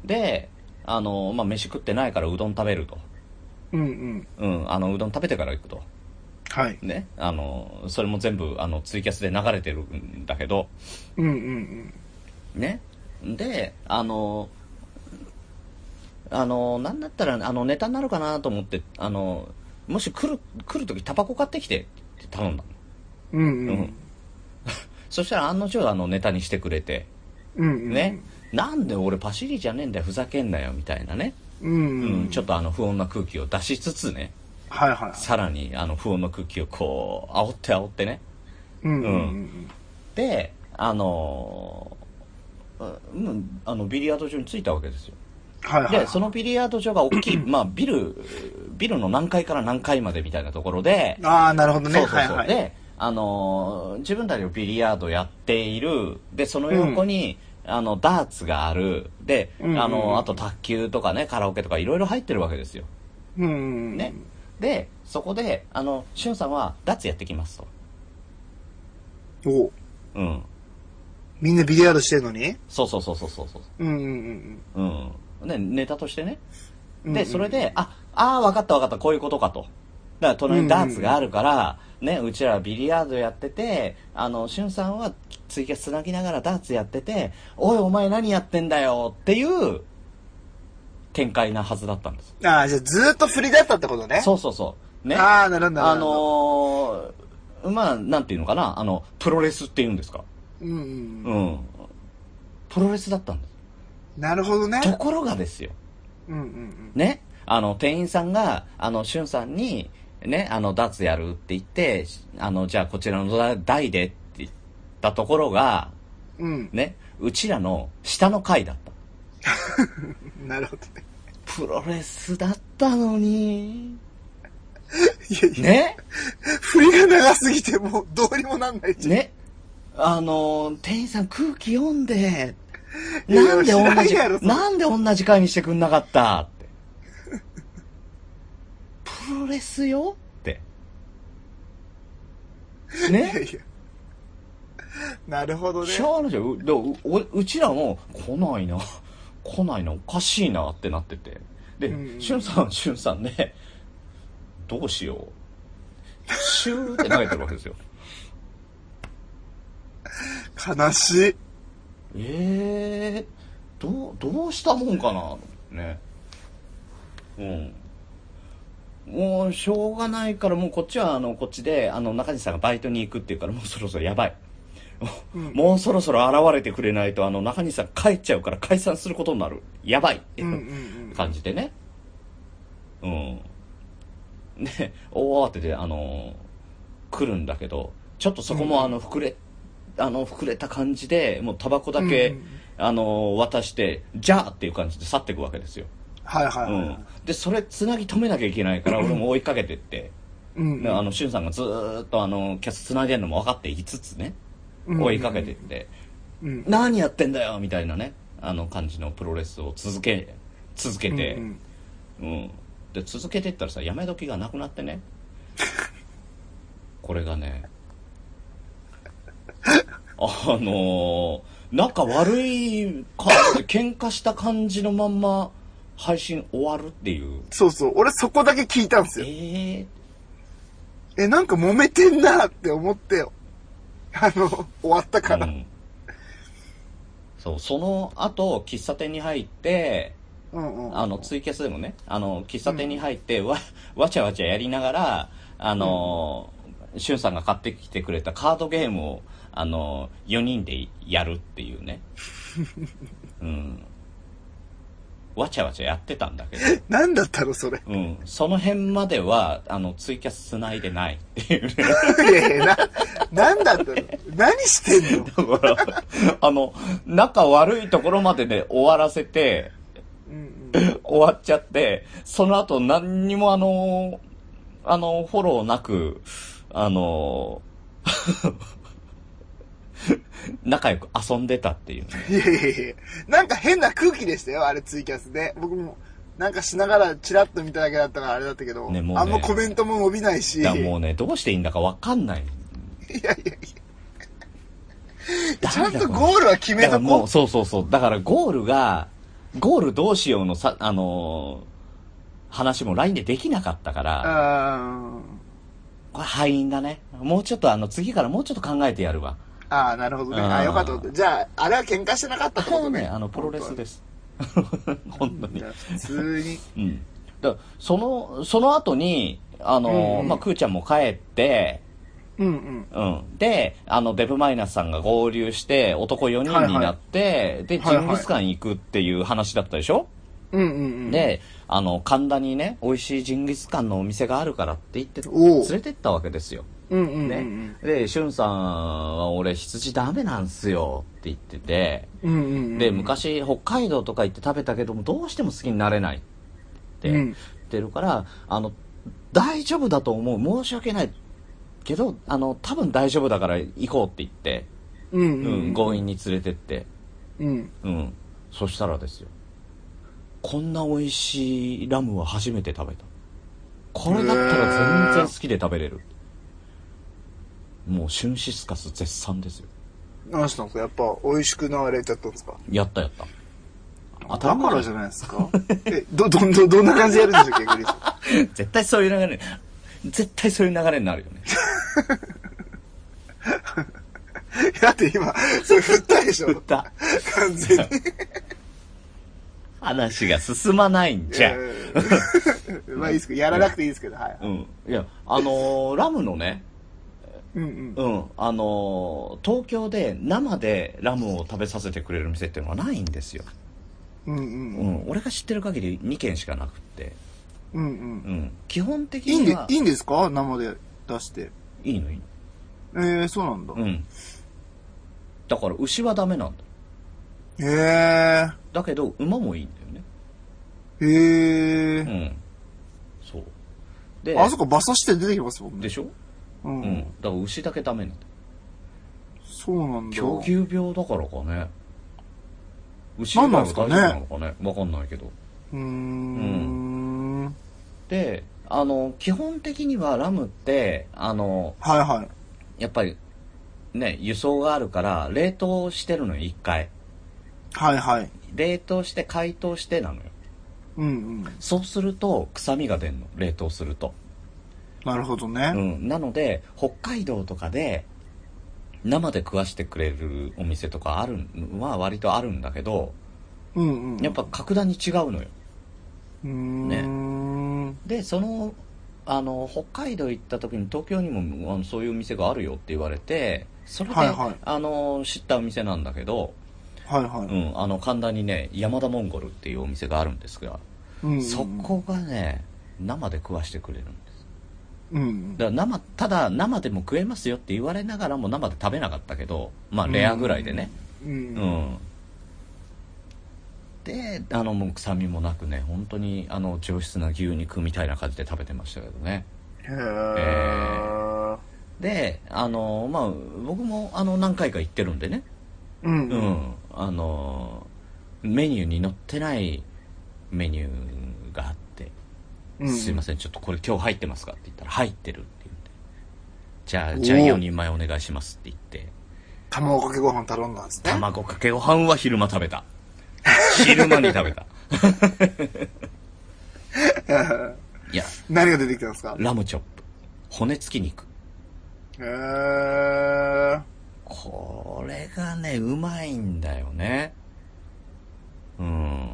S2: であの、まあ、飯食ってないからうどん食べると、
S1: うんうん。
S2: うん、あのうどん食べてから行くと
S1: はい。
S2: ねあのそれも全部あのツイキャスで流れてるんだけど
S1: うんうん
S2: ね。で、あの、あの、なんだったら、あの、ネタになるかなと思って、あの、もし来る、来るときタバコ買ってきてって頼んだの。
S1: うん。うんう
S2: うんん。そしたら案の定あのネタにしてくれて、
S1: うんうん。
S2: ね。。なんで俺パシリじゃねえんだよ、ふざけんなよ、みたいなね。
S1: うん
S2: う、
S1: うんん。
S2: ちょっとあの不穏な空気を出しつつね、
S1: はいはいはい。
S2: さらにあの不穏な空気をこう、煽って煽ってね。
S1: うんうんうん。
S2: で、あの、うん、あのビリヤード場に着いたわけですよ。
S1: はいはいは
S2: で、
S1: い。
S2: そのビリヤード場が大 きい、まあ、ビル、ビルの何階から何階までみたいなところで、
S1: ああ、なるほどね。
S2: そうそう
S1: はい
S2: そう。
S1: はい。
S2: で、あのー自分たちのビリヤードやっている、で、その横に、あの、ダーツがある、で、
S1: うんうんうん
S2: あの、あと卓球とかね、カラオケとかいろいろ入ってるわけですよ。
S1: うんうんうん。
S2: ね。で、そこで、あの、しゅんさんは、ダーツやってきますと。
S1: お
S2: うん。
S1: みんなビリヤードしてんのに
S2: そうそうそうそうそうそ
S1: うんうんうん
S2: う。うん。で、ネタとしてね。
S1: うん。
S2: で、それ、で、あ、ああ、わかったわかった、こういうことかと。だから、隣にダーツがあるから、ね、うちらはビリヤードやってて、あの、しゅんさんはツイキャスつなぎながらダーツやってて、おい、お前何やってんだよっていう展開なはずだったんです。
S1: ああ、じゃあずーっと振りだったってことね。
S2: そうそうそう。ね。あ
S1: ああ、なるほど。なるほど
S2: のーまあ、なんていうのかな、あの、プロレスって言うんですか。
S1: うんうん
S2: う
S1: うん。
S2: ん。プロレスだったんです。
S1: なるほどね。
S2: ところがですよ。
S1: うんうんうん。
S2: ね、あの、店員さんが、あの、しゅんさんに、ね、あの、ダーツやるって言って、あの、じゃあこちらの台でって言ったところが、
S1: うん。
S2: ね、うちらの下の階だった。
S1: なるほどね。
S2: プロレスだったのに、
S1: いやいや、
S2: ね、
S1: 振りが長すぎてもうどうにもなんないじゃん。
S2: ね、あの、店員さん空気読んで、
S1: いやい
S2: なんで
S1: や
S2: 同
S1: 知
S2: じ
S1: らんやろ、それ
S2: なんで同じ階にしてくんなかったって。プロレスよって。ね
S1: いやいや。なるほどね。
S2: しゃあないじゃんうでもうおうちらも来ない な来ないなおかしいなってなっててで、
S1: うん
S2: しゅんさんしゅんさんねどうしようシューって投げてるわけです よ
S1: 悲しい。
S2: ええどうどうしたもんかなねうんもうしょうがないからもうこっちはあのこっちであの中西さんがバイトに行くっていうからもうそろそろやばい
S1: うん
S2: もうそろそろ現れてくれないとあの中西さん帰っちゃうから解散することになるやばいって
S1: うんうん
S2: いう感じでねうんで大慌てであの来るんだけどちょっとそこもあの膨れ、あの膨れた感じでもうタバコだけ、
S1: うんうん
S2: あの渡してじゃあっていう感じで去っていくわけですよ、
S1: はいはいは
S2: う
S1: いはい
S2: ん、でそれつなぎ止めなきゃいけないから俺も追いかけてって
S1: うんうん
S2: であのしゅんさんがずーっとあのキャスつないでるのも分かっていつつね
S1: うん
S2: 追いかけてって
S1: うん
S2: 「何やってんだよ!」みたいなねあの感じのプロレスを続け続けて、
S1: う
S2: うん
S1: うんん
S2: で続けてったらさやめ時がなくなってねこれがねあのー、仲悪い感じで喧嘩した感じのまんま配信終わるっていう
S1: そうそう。俺そこだけ聞いたんですよ。
S2: ええ
S1: え、なんか揉めてんなって思ってよ。あの、終わったか
S2: ー
S1: ら。
S2: う
S1: うん。
S2: ん、そうその後喫茶店に入って
S1: うんうん
S2: あの、ツイキャスでもね、あの、喫茶店に入って、わ、わちゃわちゃやりながら、あの、しゅんさんが買ってきてくれたカードゲームを、あの、4人でやるっていうね。うん。わちゃわちゃやってたんだけど、
S1: なんだったのそれ。
S2: うん。その辺までは、あの、ツイキャス繋いでないっていうね。
S1: いやいや、な、なんだったの何してんの
S2: だから、あの、仲悪いところまでで終わらせて、
S1: うん
S2: 終わっちゃって、その後何にもあの、あの、フォローなく、あの、 仲良く遊んでたっていうね。
S1: うん。いやいやいやなんか変な空気でしたよ、あれツイキャスで。僕も、なんかしながらチラッと見ただけだったからあれだったけど、
S2: ねもうね
S1: あんまコメントも伸びないし。
S2: だからもうね、どうしていいんだかわかんない。
S1: いやいやいや。ちゃ
S2: 誰
S1: ん
S2: だ
S1: とゴールは決
S2: だ
S1: め
S2: から
S1: と
S2: も
S1: こ
S2: う、そうそうそう。だからゴールが、ゴールどうしようのさ、あの話も LINE でできなかったか
S1: う。
S2: ら、
S1: あ
S2: これ敗因だね。もうちょっとあの、次からもうちょっと考えてやるわ。
S1: あー、なるほどね。あ
S2: あ
S1: あ、
S2: ー
S1: よかったよかった。じゃあ、あれは喧嘩してなかったってこ
S2: これ
S1: とね。
S2: ね、あの、プロレスです。 本当に。
S1: 普通に。
S2: うん、だからそのその後にあのー、
S1: うんうん
S2: まあ、くーちゃんも帰って、
S1: うんうん。
S2: うん、であのデブマイナスさんが合流して男4人になって、で
S1: はい
S2: ジ
S1: はい
S2: ンギスカン行くっていう話だったでしょ、
S1: うんうんうん。
S2: であの神田にね美味しいジンギスカンのお店があるからって言って
S1: おう
S2: 連れてったわけですよ、
S1: うんうんう
S2: ね
S1: ん
S2: でしゅんさんは俺羊ダメなんすよって言ってて
S1: うん。うんうんうん。
S2: で昔北海道とか行って食べたけどもどうしても好きになれないって、
S1: うん
S2: ってるからあの大丈夫だと思う申し訳ないけどあの多分大丈夫だから行こうって言って、
S1: うん
S2: う
S1: うんん。
S2: 強引に連れてって、
S1: うん。
S2: うん、そしたらですよこんな美味しいラムは初めて食べたこれだったら全然好きで食べれる、もうシュンシスカス絶賛ですよ
S1: 何したんですかやっぱ、美味しくなれちゃったんですか
S2: やったやった
S1: だ
S2: たり前
S1: からじゃないですかえ、ど、どんどん、どんな感じでやるんでしょう、逆に。
S2: 絶対そういう流れ絶対そういう流れになるよ ね
S1: だって今、それ振ったでしょ
S2: 振った
S1: 完全に。
S2: 話が進まないんじゃん
S1: うん まあいいですけど、やらなくていいですけど、はい。
S2: うん、いやあのーラムのね、
S1: うんうん。
S2: うんあのー東京で生でラムを食べさせてくれる店っていうのはないんですよ、
S1: うんう。
S2: うんん、俺が知ってる限り2軒しかなくって、
S1: うんう。
S2: うんん、基本的
S1: いいん
S2: に
S1: で
S2: は、
S1: いいんですか生で出して。
S2: いいのいいの
S1: えー、そうなんだ。
S2: うんだから牛はダメなんだ
S1: へ
S2: だけど馬もいいんだよね
S1: えー。へえ
S2: うんそうで
S1: ー。あそこ馬刺して出てきますもん
S2: で
S1: ね。
S2: しょ、
S1: う
S2: うんん。、だから牛だけダメなんだ
S1: そうなんだ。
S2: 狂牛病だからかね牛以外は大丈夫なのかねわかんないけど
S1: うーん。
S2: であの基本的にはラムってあの
S1: はいはい。
S2: やっぱりね輸送があるから冷凍してるのよ1回
S1: はいはい。
S2: 冷凍して解凍してなのよ
S1: うんうん。
S2: そうすると臭みが出るの冷凍すると、
S1: なるほど
S2: う
S1: ね。
S2: ん、なので北海道とかで生で食わしてくれるお店とかあるのは割とあるんだけど
S1: うんうん。
S2: やっぱ格段に違うのよ。
S1: うーん。ね。
S2: で、その、あの、北海道行った時に東京にもあのそういう店があるよって言われて、それで、
S1: はいはい
S2: あの、知ったお店なんだけど、
S1: はいうは
S2: ん、あの、神田にね、山田モンゴルっていうお店があるんですが、
S1: い。うん。
S2: そ。こがね、生で食わしてくれるんです。
S1: うん。
S2: だから生、ただ生でも食えますよって言われながらも生で食べなかったけど、まあレアぐらいでね。
S1: う
S2: うん。
S1: ん。
S2: で、あの、もう臭みもなくね、本当にあの、上質な牛肉みたいな感じで食べてましたけどね。
S1: へー。
S2: で、あの、まあ、僕もあの、何回か行ってるんでね。
S1: うんう
S2: う。
S1: んん。
S2: あの、メニューに載ってないメニューがあって、
S1: うん。
S2: すいま
S1: せ
S2: せん、ちょっとこれ今日入ってますかって言ったら、入ってるって言うんで。じゃ
S1: お
S2: あ、
S1: ー
S2: じゃあ4人前お願いしますって言って、
S1: ん。卵かけご飯頼んだんですね。
S2: 卵かけご飯は昼間食べた。昼間に食べ た。いや、
S1: 何が出てきたんですか
S2: ラムチョップ。骨付き肉。
S1: へー。
S2: これがね、うまいんだよね。うん。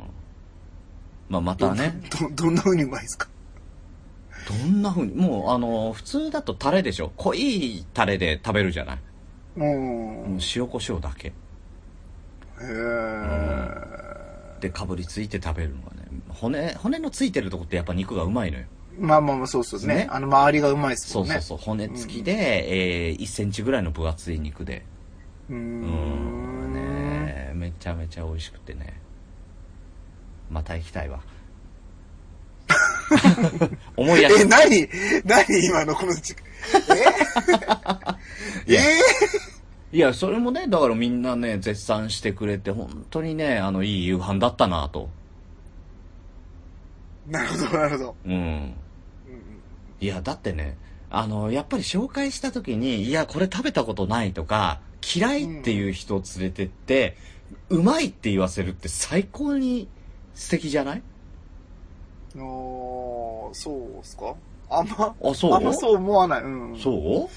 S2: まあ、またね、
S1: ど、どんな風にうまいですか
S2: どんな風に、もうあの、普通だとタレでしょ濃いタレで食べるじゃない
S1: うん。
S2: もう塩コショウだけ。
S1: へー。
S2: で、かぶりついて食べるのがね、骨、骨のついてるとこってやっぱ肉がうまいのよ。
S1: まあまあまあ、そうっすよ
S2: ね
S1: ね。あの、周りがうまいっす
S2: そ
S1: も
S2: うん
S1: ね。
S2: そうそう、骨付きで、えー、1センチぐらいの分厚い肉で。
S1: うー。
S2: うんん、ねめちゃめちゃ美味しくてね。また行きたい わ。思い出
S1: え、
S2: し
S1: 何何今のこの時間。え え
S2: いやいや、それもね、だからみんなね、絶賛してくれて、本当にね、あの、いい夕飯だったなと。
S1: ーなるほど、なるほど。
S2: うん。
S1: うん
S2: いや、だってね、あの、やっぱり紹介した時に、いや、これ食べたことないとか、嫌いっていう人を連れてって、うまいって言わせるって最高に素敵じゃない
S1: うんおーそうっすかあんま、
S2: あ、そう
S1: あんまそう思わない。うん。
S2: そう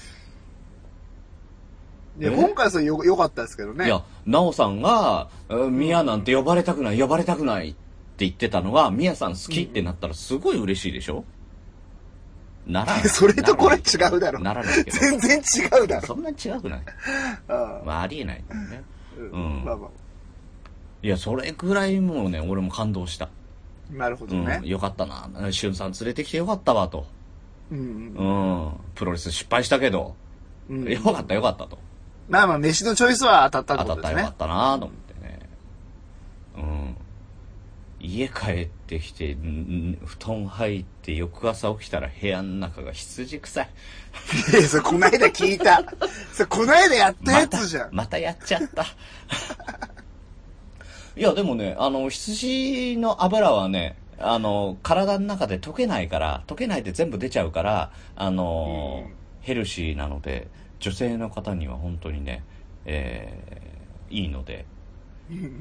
S1: いや、
S2: え
S1: 今回はそれよ、良かったですけどね。。
S2: いや、なおさんが、うんミヤなんて呼ばれたくない、呼ばれたくないって言ってたのが、ミヤさん好きってなったらすごい嬉しいでしょ、ならな い
S1: それとこれ違うだろ
S2: ならないけ
S1: 全然違うだろ。
S2: ど。そんな違くない。
S1: あ
S2: まあ、ありえないけどね。
S1: ーうん
S2: うん
S1: まあま
S2: いや、それくらいもうね、俺も感動した。
S1: あ、なるほど
S2: うん、
S1: ね。
S2: よかったな。しゅんさん連れてきてよかったわ、と。
S1: うんう
S2: うんん。プロレス失敗したけど、
S1: うん。
S2: よかったよかったと。
S1: まあまあ、飯のチョイスは当たった
S2: 当
S1: ってことで
S2: たった
S1: す
S2: よか
S1: ね
S2: っ。たなと思ってね。うん。家帰ってきて、んん布団入って、翌朝起きたら部屋の中が羊臭い。
S1: いや、それこないだ聞いた。それこないだやったやつじゃん。
S2: またやっちゃった。 いや、でもね、あの、羊の油はね、あの、体の中で溶けないから、溶けないで全部出ちゃうから、あの、
S1: うん
S2: ヘルシーなので、女性の方には本当にね、えーいいので、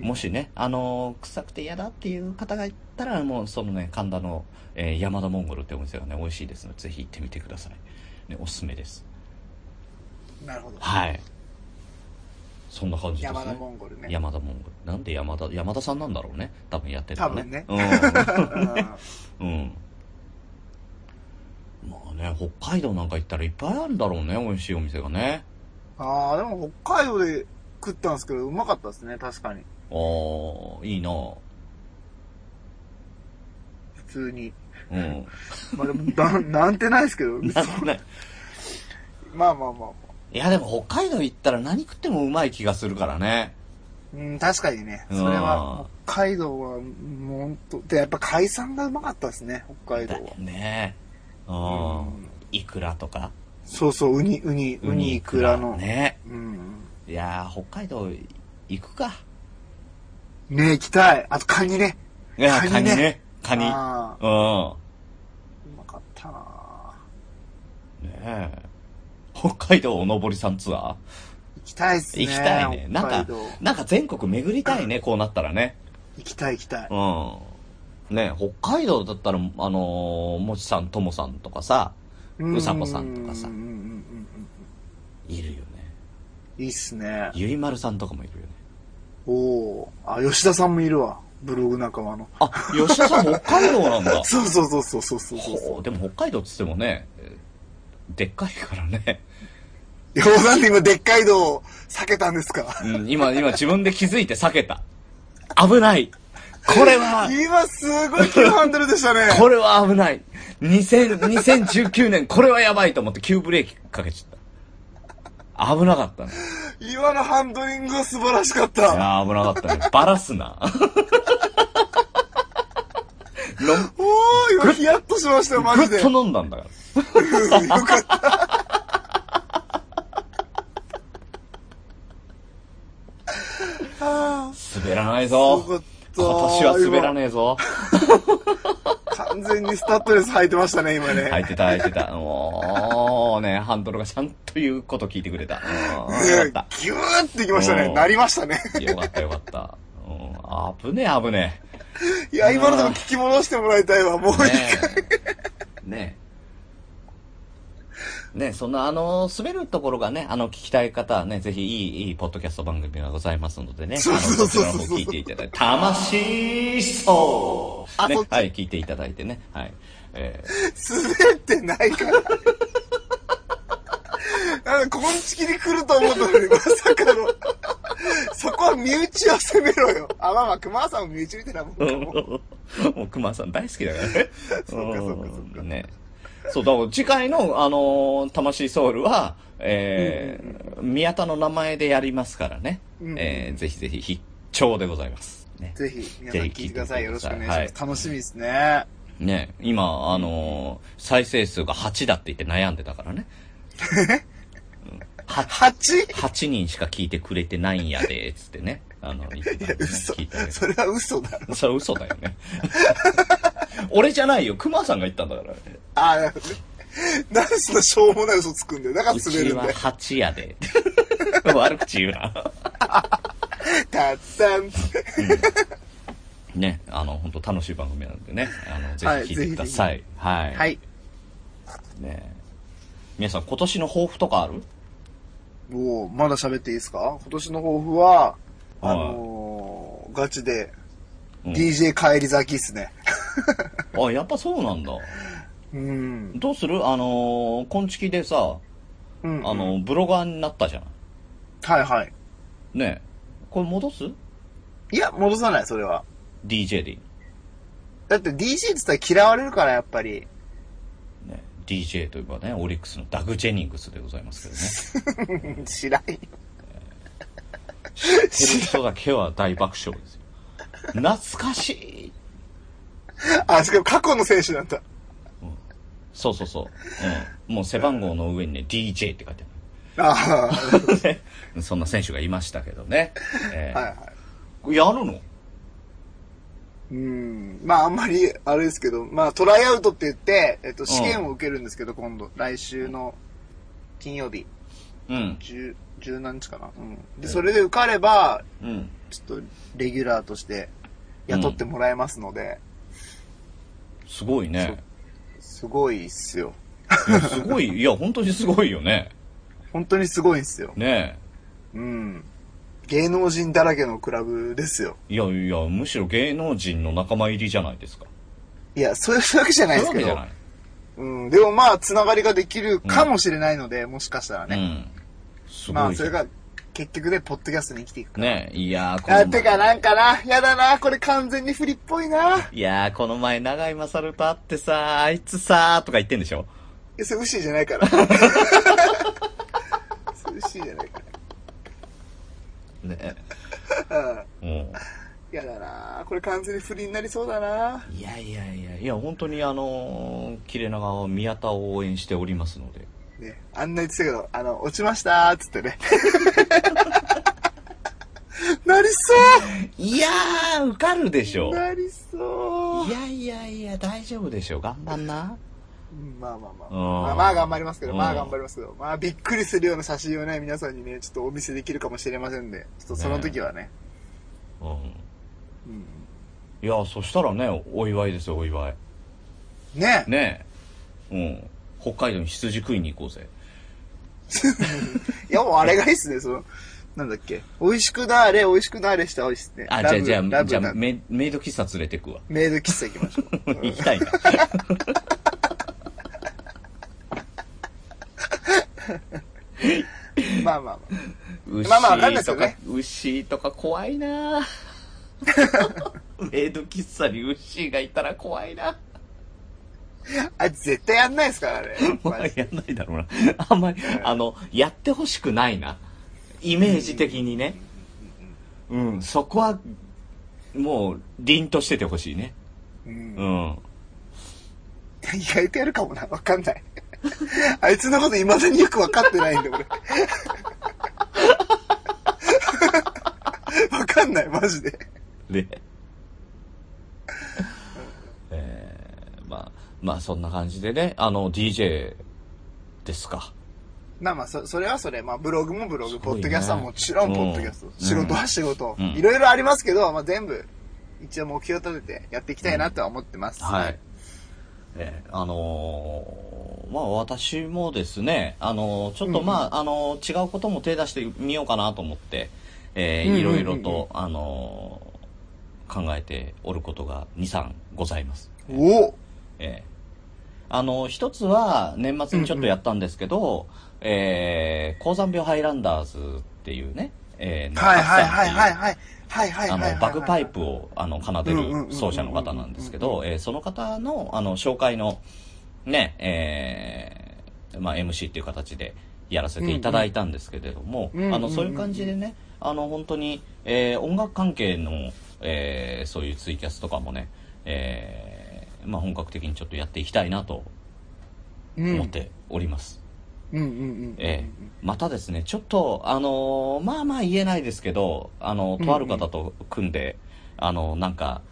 S2: もしね、あの、臭くて嫌だっていう方がいたら、もうそのね、神田の、えー山田モンゴルってお店がね、美味しいですので、ぜひ行ってみてください。ね、おすすめです。
S1: なるほど。
S2: はい。そんな感じですね。
S1: 山田モンゴルね。
S2: 山田モンゴル。なんで山田、山田さんなんだろうね。多分やってるのね。
S1: 多
S2: うん。うん。まあね、北海道なんか行ったらいっぱいあるんだろうね、美味しいお店がね。
S1: ああ、でも北海道で食ったんですけど、うまかったですね、確かに。
S2: ああ、いいな
S1: 普通に。
S2: うん。
S1: まあでも、ななんてないですけど。
S2: なんね
S1: まあまあまあまあ。
S2: いや、でも北海道行ったら何食ってもうまい気がするからね。
S1: うん、確かにね。それ
S2: うん
S1: は、北海道は、もうほんと、で、やっぱ海産がうまかったですね、北海道
S2: だよね。う。
S1: は。うんん
S2: いくらとか。
S1: そうそう、ウニ、ウニ、ウニ、イクラの。
S2: ね。
S1: うん。
S2: いやー、北海道行くか。
S1: ね行きたい。あと、カニね。
S2: いや、カ
S1: カ
S2: ニ
S1: ニ
S2: ね
S1: ね。
S2: カニ。
S1: ああ
S2: うん。
S1: うまかったな
S2: ねえ。北海道おのぼりさんツア
S1: 行きたいっすね。
S2: ー行きたいね。
S1: 北
S2: なんか
S1: 海道。、
S2: なんか全国巡りた いね、こうなったらね。
S1: 行きたい行きたい。
S2: うん。ねえ北海道だったら、あのーもちさん、ともさんとかさ、うさこさんとかさ
S1: うんうんうんうんうん
S2: いるよね。
S1: いいっすね。
S2: ゆいまるさんとかもいるよね。
S1: おお。あ、吉田さんもいるわ。ブログ仲間の。
S2: あ、吉田さん北海道なん だ。
S1: そうそうそうそうそうそうそう。
S2: ほうでも北海道っつってもね、えーでっかいからね。
S1: いや、なんで今、でっかい道を避けたんです か
S2: うん、今、今自分で気づいて避けた。危ない。これは、
S1: 今、すごい急ハンドルでしたね。
S2: これは危ない。2000 2019年、これはやばいと思って急ブレーキかけちゃった。危なかったね。
S1: 今のハンドリングは素晴らしかっ
S2: い
S1: た。
S2: やー危なかったね。バラすな。
S1: お
S2: ロン
S1: ー、今、ヒヤッとしましたよ、マジ
S2: ぐ
S1: で。
S2: っと飲んだんだから。
S1: うんよか った。あー
S2: 滑らない
S1: すごか
S2: ぞ
S1: っ。た
S2: 今年は滑らねえぞ。
S1: 完全にスタッドレス履いてましたね、今ね。
S2: 入ってた、入ってた。もうね、ハンドルがちゃんと言うこと聞いてくれた。うん、よかっ
S1: ギューっていきました
S2: う
S1: ね。
S2: ん
S1: なりましたね。
S2: た。よかった、よかった。うん、危ねえ、危ね
S1: いや、今のとこ聞き戻してもらいたいわ。もう
S2: え。
S1: 一
S2: ねえ。ねえ。ねえ、そんな、あの、滑るところがね、あの、聞きたい方はね、ぜひ、いい、いい、ポッドキャスト番組がございますのでね、あ
S1: そう
S2: の
S1: そう
S2: そち
S1: そう
S2: らの
S1: そう
S2: 方聞いていただいて、魂そう
S1: あ
S2: ね
S1: そっ、ち
S2: はい、聞いていただいてね、はい。えー
S1: 滑ってない から。なんか、こんちきに来ると思ったのに、まさかの。そこは身内は攻めろよ。あ、まあまあ、熊さんも身内みたいなもんかも。
S2: もう熊さん大好きだからね。
S1: そうかそうかそうか
S2: んね。そう、だから次回の、あのー魂ソウルは、えー宮田の名前でやりますからね。
S1: うんうん
S2: えーぜひぜひ必聴でございます。ね。
S1: ぜひ、皆さん聞いてください。
S2: ぜ
S1: よ
S2: ひ
S1: ろ
S2: 聞いてくだ
S1: し
S2: さ
S1: く
S2: い
S1: お願いします。楽しみですね。
S2: ね今、あのー再生数が8だって言って悩んでたから ね。
S1: 8?
S2: 8人しか聞いてくれてないんやで、つってね。あの、言ってたんでね
S1: 嘘
S2: 聞いてあげ。て
S1: それは嘘だろ。
S2: それ嘘だよね。俺じゃないよ。熊さんが言ったんだから、
S1: あ、なるほどね。なんでそんなしょうもない嘘つくんだよ。だから
S2: う
S1: 滑
S2: ち
S1: るん
S2: は
S1: だよ。
S2: 8やで。 悪口言うな。
S1: たったん。
S2: ね、あの、本当楽しい番組なんでね、あの、
S1: はい
S2: ぜひ聞いてください。はい。
S1: はい。
S2: ね皆さん、今年の抱負とかある
S1: もう、まだ喋っていいですか今年の抱負は、
S2: は
S1: あ
S2: い
S1: のーガチで、
S2: うん
S1: DJ 帰り咲きっすね。
S2: あ、やっぱそうなんだ。
S1: うん。
S2: どうするあのー、昆虫でさ、
S1: うん。
S2: あ、の、ブロガーになったじゃん。
S1: はいはい。
S2: ねこれ戻す
S1: いや、戻さない、それは。
S2: ?DJ でいい。
S1: だって DJ って言ったら嫌われるから、やっぱり。
S2: ね。DJ といえばね、オリックスのダグ・ジェニングスでございますけどね。
S1: 知らんよ。
S2: 知ってる人だけは大爆笑ですよ。懐かしい
S1: あ、しかも過去の選手なんだ
S2: そうそうそう。うん。もう背番号の上にね、DJ って書いてある。
S1: あ
S2: そんな選手がいましたけどね。え
S1: あ、
S2: ー
S1: はいは
S2: やるの
S1: い。うん。まあ、あんまり、あれですけど、まあ、トライアウトって言って、えっと、試験を受けるんですけど、今度、来週の金曜日、
S2: うん。
S1: 十、十何日かな。うん。で、それで受かれば、
S2: うん。
S1: ちょっと、レギュラーとして、雇ってもらえますので、
S2: すごいね。
S1: すごいっすよ。
S2: いやすごい。いや、本当にすごいよね。
S1: 本当にすごいんすよ。
S2: ね
S1: うん。芸能人だらけのクラブですよ。
S2: え。いやいや、むしろ芸能人の仲間入りじゃないですか。
S1: いや、そういうわけじゃないで
S2: そ
S1: す
S2: うい
S1: け
S2: う
S1: ど
S2: わ。
S1: うん。でもまあ、つながりができるかもしれないので、もしかしたら
S2: けじゃない。
S1: ね。
S2: うん。す
S1: ま
S2: ご
S1: あ、
S2: い
S1: そ
S2: じゃ
S1: れ
S2: ん。
S1: が、結局で、ポッドキャストに生きていくか。
S2: ねえ、いやー、こ
S1: あ、
S2: の
S1: てか、なんかな。やだな。これ完全にフリっぽいな。
S2: いやー、この前、長井勝と会ってさ、あいつさー、とか言ってんでしょ
S1: え、それ、ウシーじゃない から。それウシーじゃないか
S2: ね
S1: ら。
S2: え。うん。
S1: うん。やだな。これ完全にフリになりそうだな。
S2: いやいやいや、いや、本当にあのー、切れ長宮田を応援しておりますので。
S1: ね、あんな言ってたけど、あの、落ちましたーっつってね。 なりそ
S2: いやー、受かるでしょ
S1: うなりそう
S2: いやいやいや、大丈夫でしょう。頑張んな。
S1: うんまあまあまあ。
S2: うん
S1: まあまあ頑張りますけど、
S2: うん
S1: まあ頑張りますけど、まあびっくりするような写真をね、皆さんにね、ちょっとお見せできるかもしれませんで、ちょっとその時はね。
S2: うん。
S1: うん
S2: いや、そしたらね、お祝いですよ、お祝い。
S1: ね
S2: ねえ。うん。北海道に羊食いに行こうぜ。
S1: いやもうあれがいいっすね、その、なんだっけ。美味しくなーれ、美味しくなーれしたいっすね。
S2: あ、
S1: ラ
S2: じゃ
S1: ブラ
S2: あ、じゃあ、
S1: ブ
S2: じゃ
S1: な
S2: あメ、メイド喫茶連れて くわ。
S1: メイド喫茶行きましょう。
S2: 行きたいな。
S1: まあまあまあ。
S2: 牛
S1: まあまあわかんないです
S2: と
S1: よ
S2: か、
S1: ね
S2: 牛とか怖いな メイド喫茶に牛がいたら怖いな
S1: あ、絶対やんないですから ね。
S2: まあ
S1: マジ
S2: やんないだろうな。あんまり、あの、やってほしくないな。イメージ的にね。うん、そこは、もう、凛としててほしいね。
S1: う、
S2: うんん。
S1: 意外とやるかもな。わかんない。 あいつのこと未だによくわかってないんで、俺。 わかんない、マジで。
S2: で、 えー、まあ、まあそんな感じでね、あの、DJ ですか。
S1: まあまあ、そ、それはそれ。まあ、ブログもブログ、
S2: す
S1: ポ
S2: ごい
S1: ッ
S2: ね
S1: ドキャストはもちろんポッドキャスト
S2: うん。
S1: 仕事は仕事。
S2: うん
S1: いろいろありますけど、まあ全部、一応目標立ててやっていきたいなとは思ってます。
S2: はい。。えーあのーまあ私もですね、あのーちょっと
S1: うん
S2: まあ、あのー違うことも手出してみようかなと思って、えー
S1: うんうん
S2: い
S1: うんう
S2: ろ
S1: ん
S2: いろと、あのー考えておることが2、3ございます。
S1: おお
S2: えーあのー一つは年末にちょっとやったんですけど、えー高山病ハイランダーズっていうね、えー
S1: はいはいはいはい
S2: い
S1: はい。はいはい
S2: あ
S1: はいはい。
S2: の、バグパイプを、あの、奏で
S1: うんうんうんうんうん
S2: る奏者の方なんですけど、えーその方の、あの、紹介の、ね、えーまあ、MC っていう形でやらせていただいたんですけれども、
S1: うんうん
S2: あの、そういう感じでね、あの、本当に、えー音楽関係の、えーそういうツイキャスとかもね、えーまあ、本格的にちょっとやっていきたいなと
S1: うん
S2: 思っ。ております。
S1: うんうんうん。
S2: ええまたですね、ちょっと、あのーまあまあ言えないですけど、あの、とある方と組んで、あの、なんか、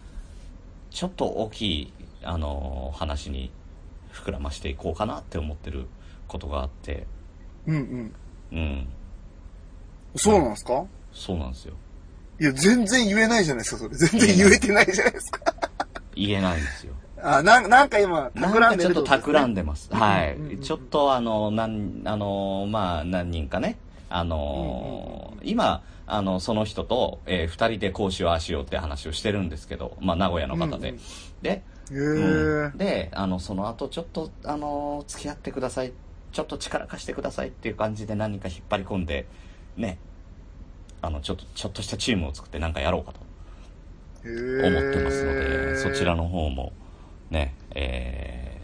S2: ちょっと大きい、あのー話に膨らましていこうかなって思ってることがあって、
S1: うんうん。
S2: うん、
S1: そうなんですか
S2: そうなんですよ。
S1: いや、全然言えないじゃないですか、それ。全然言えてないじゃないですか。
S2: 言えないんですよ。
S1: あ、なんなんか今、
S2: なんか
S1: 企んで
S2: ちょ
S1: る
S2: っと企ん
S1: で。
S2: でます。
S1: ん
S2: は
S1: うんう
S2: い。
S1: ん
S2: ちょっとあの、なん、あの、まあ、何人かね、あの
S1: うんうん、
S2: 今、あの、その人と、えー二人でこうしよう、ああしようって話をしてるんですけど、まあ、名古屋の方
S1: う
S2: で
S1: ん。
S2: で、
S1: へ
S2: う
S1: え
S2: ん。で、あの、その後、ちょっと、あの、付き合ってください。ちょっと力貸してくださいっていう感じで何か引っ張り込んで、ね、あの、ちょっと、ちょっとしたチームを作って何かやろうかと。
S1: 思
S2: 思ってますので、そちらの方も、ね、え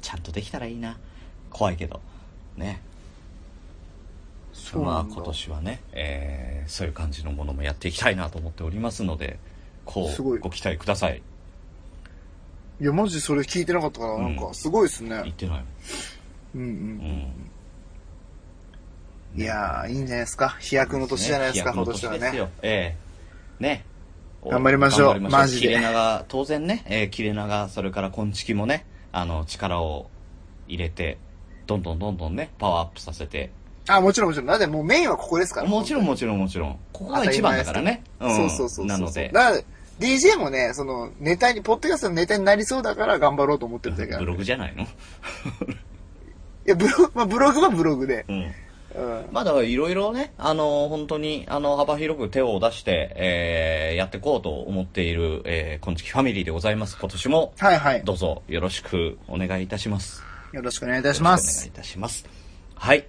S2: ー、ちゃんとできたらいいな。怖いけど、ね。
S1: そう
S2: ま
S1: な
S2: あ
S1: んだ
S2: 今年はね、えー、そういう感じのものもやっていきたいなと思っておりますので、こ
S1: すご
S2: う、
S1: い
S2: ご期待ください。
S1: いや、マジそれ聞いてなかったから、なん
S2: う
S1: か、すごいです
S2: 言
S1: ね
S2: っ。てない。
S1: うんう。
S2: うんん。
S1: いやー、いいんじゃないですか。飛躍の年じゃないですか、
S2: ね
S1: 今年は
S2: 飛躍の年です
S1: ね。
S2: よええね。
S1: 頑張りましょう
S2: 頑張り
S1: マジで
S2: 切れ長、当然ね、えー、切れ長、それから昆虫もね、あの、力を入れて、どんどんどんどんね、パワーアップさせて、
S1: あ、もちろんもちろん。だってもうメインはここですから。
S2: もちろん
S1: 本
S2: もちろんもちろん。ここが一番だからね。
S1: 当にそうそうそうそう。
S2: なので、
S1: だから、DJ もね、その、ネタに、ポッドキャストのネタになりそうだから頑張ろうと思ってるだけな
S2: ブ
S1: んで
S2: ログじゃないの
S1: いや、ブログ、まあ、ブログはブログで。
S2: うん。
S1: うん。
S2: まあだからいろいろね、あの、本当に、あの、幅広く手を出して、えー、やっていこうと思っている、えー、こんちきファミリーでございます。今年も、
S1: はいはい。
S2: どうぞよろしくお願いいたします。
S1: よろしくお願いいたしま
S2: お願い
S1: す
S2: い。たします。はい。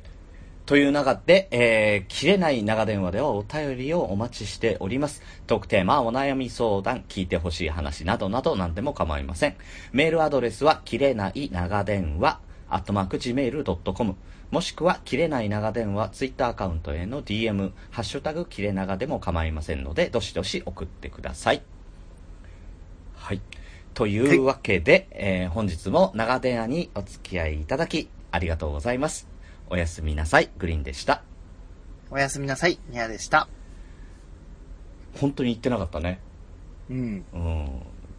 S2: という中で、えー、切れない長電話ではお便りをお待ちしております。トークテーマ、お悩み相談、聞いてほしい話などなど何でも構いません。メールアドレスは、切れない長電話、アットマーク gmail.com、もしくは、切れない長電話、ツイッターアカウントへの DM、ハッシュタグ、切れ長でも構いませんので、どしどし送ってください。はい。というわけで、えー本日も長電話にお付き合いいただき、ありがとうございます。おやすみなさい。グリーンでした。
S1: おやすみなさい。ニアでした。
S2: 本当に言ってなかったね。
S1: うん。
S2: うん。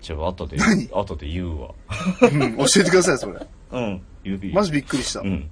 S2: じゃあ、後で、
S1: 何
S2: 後で言うわ。
S1: うん教えてください、それ。
S2: うん。指。
S1: マジびっくりした
S2: う。ん。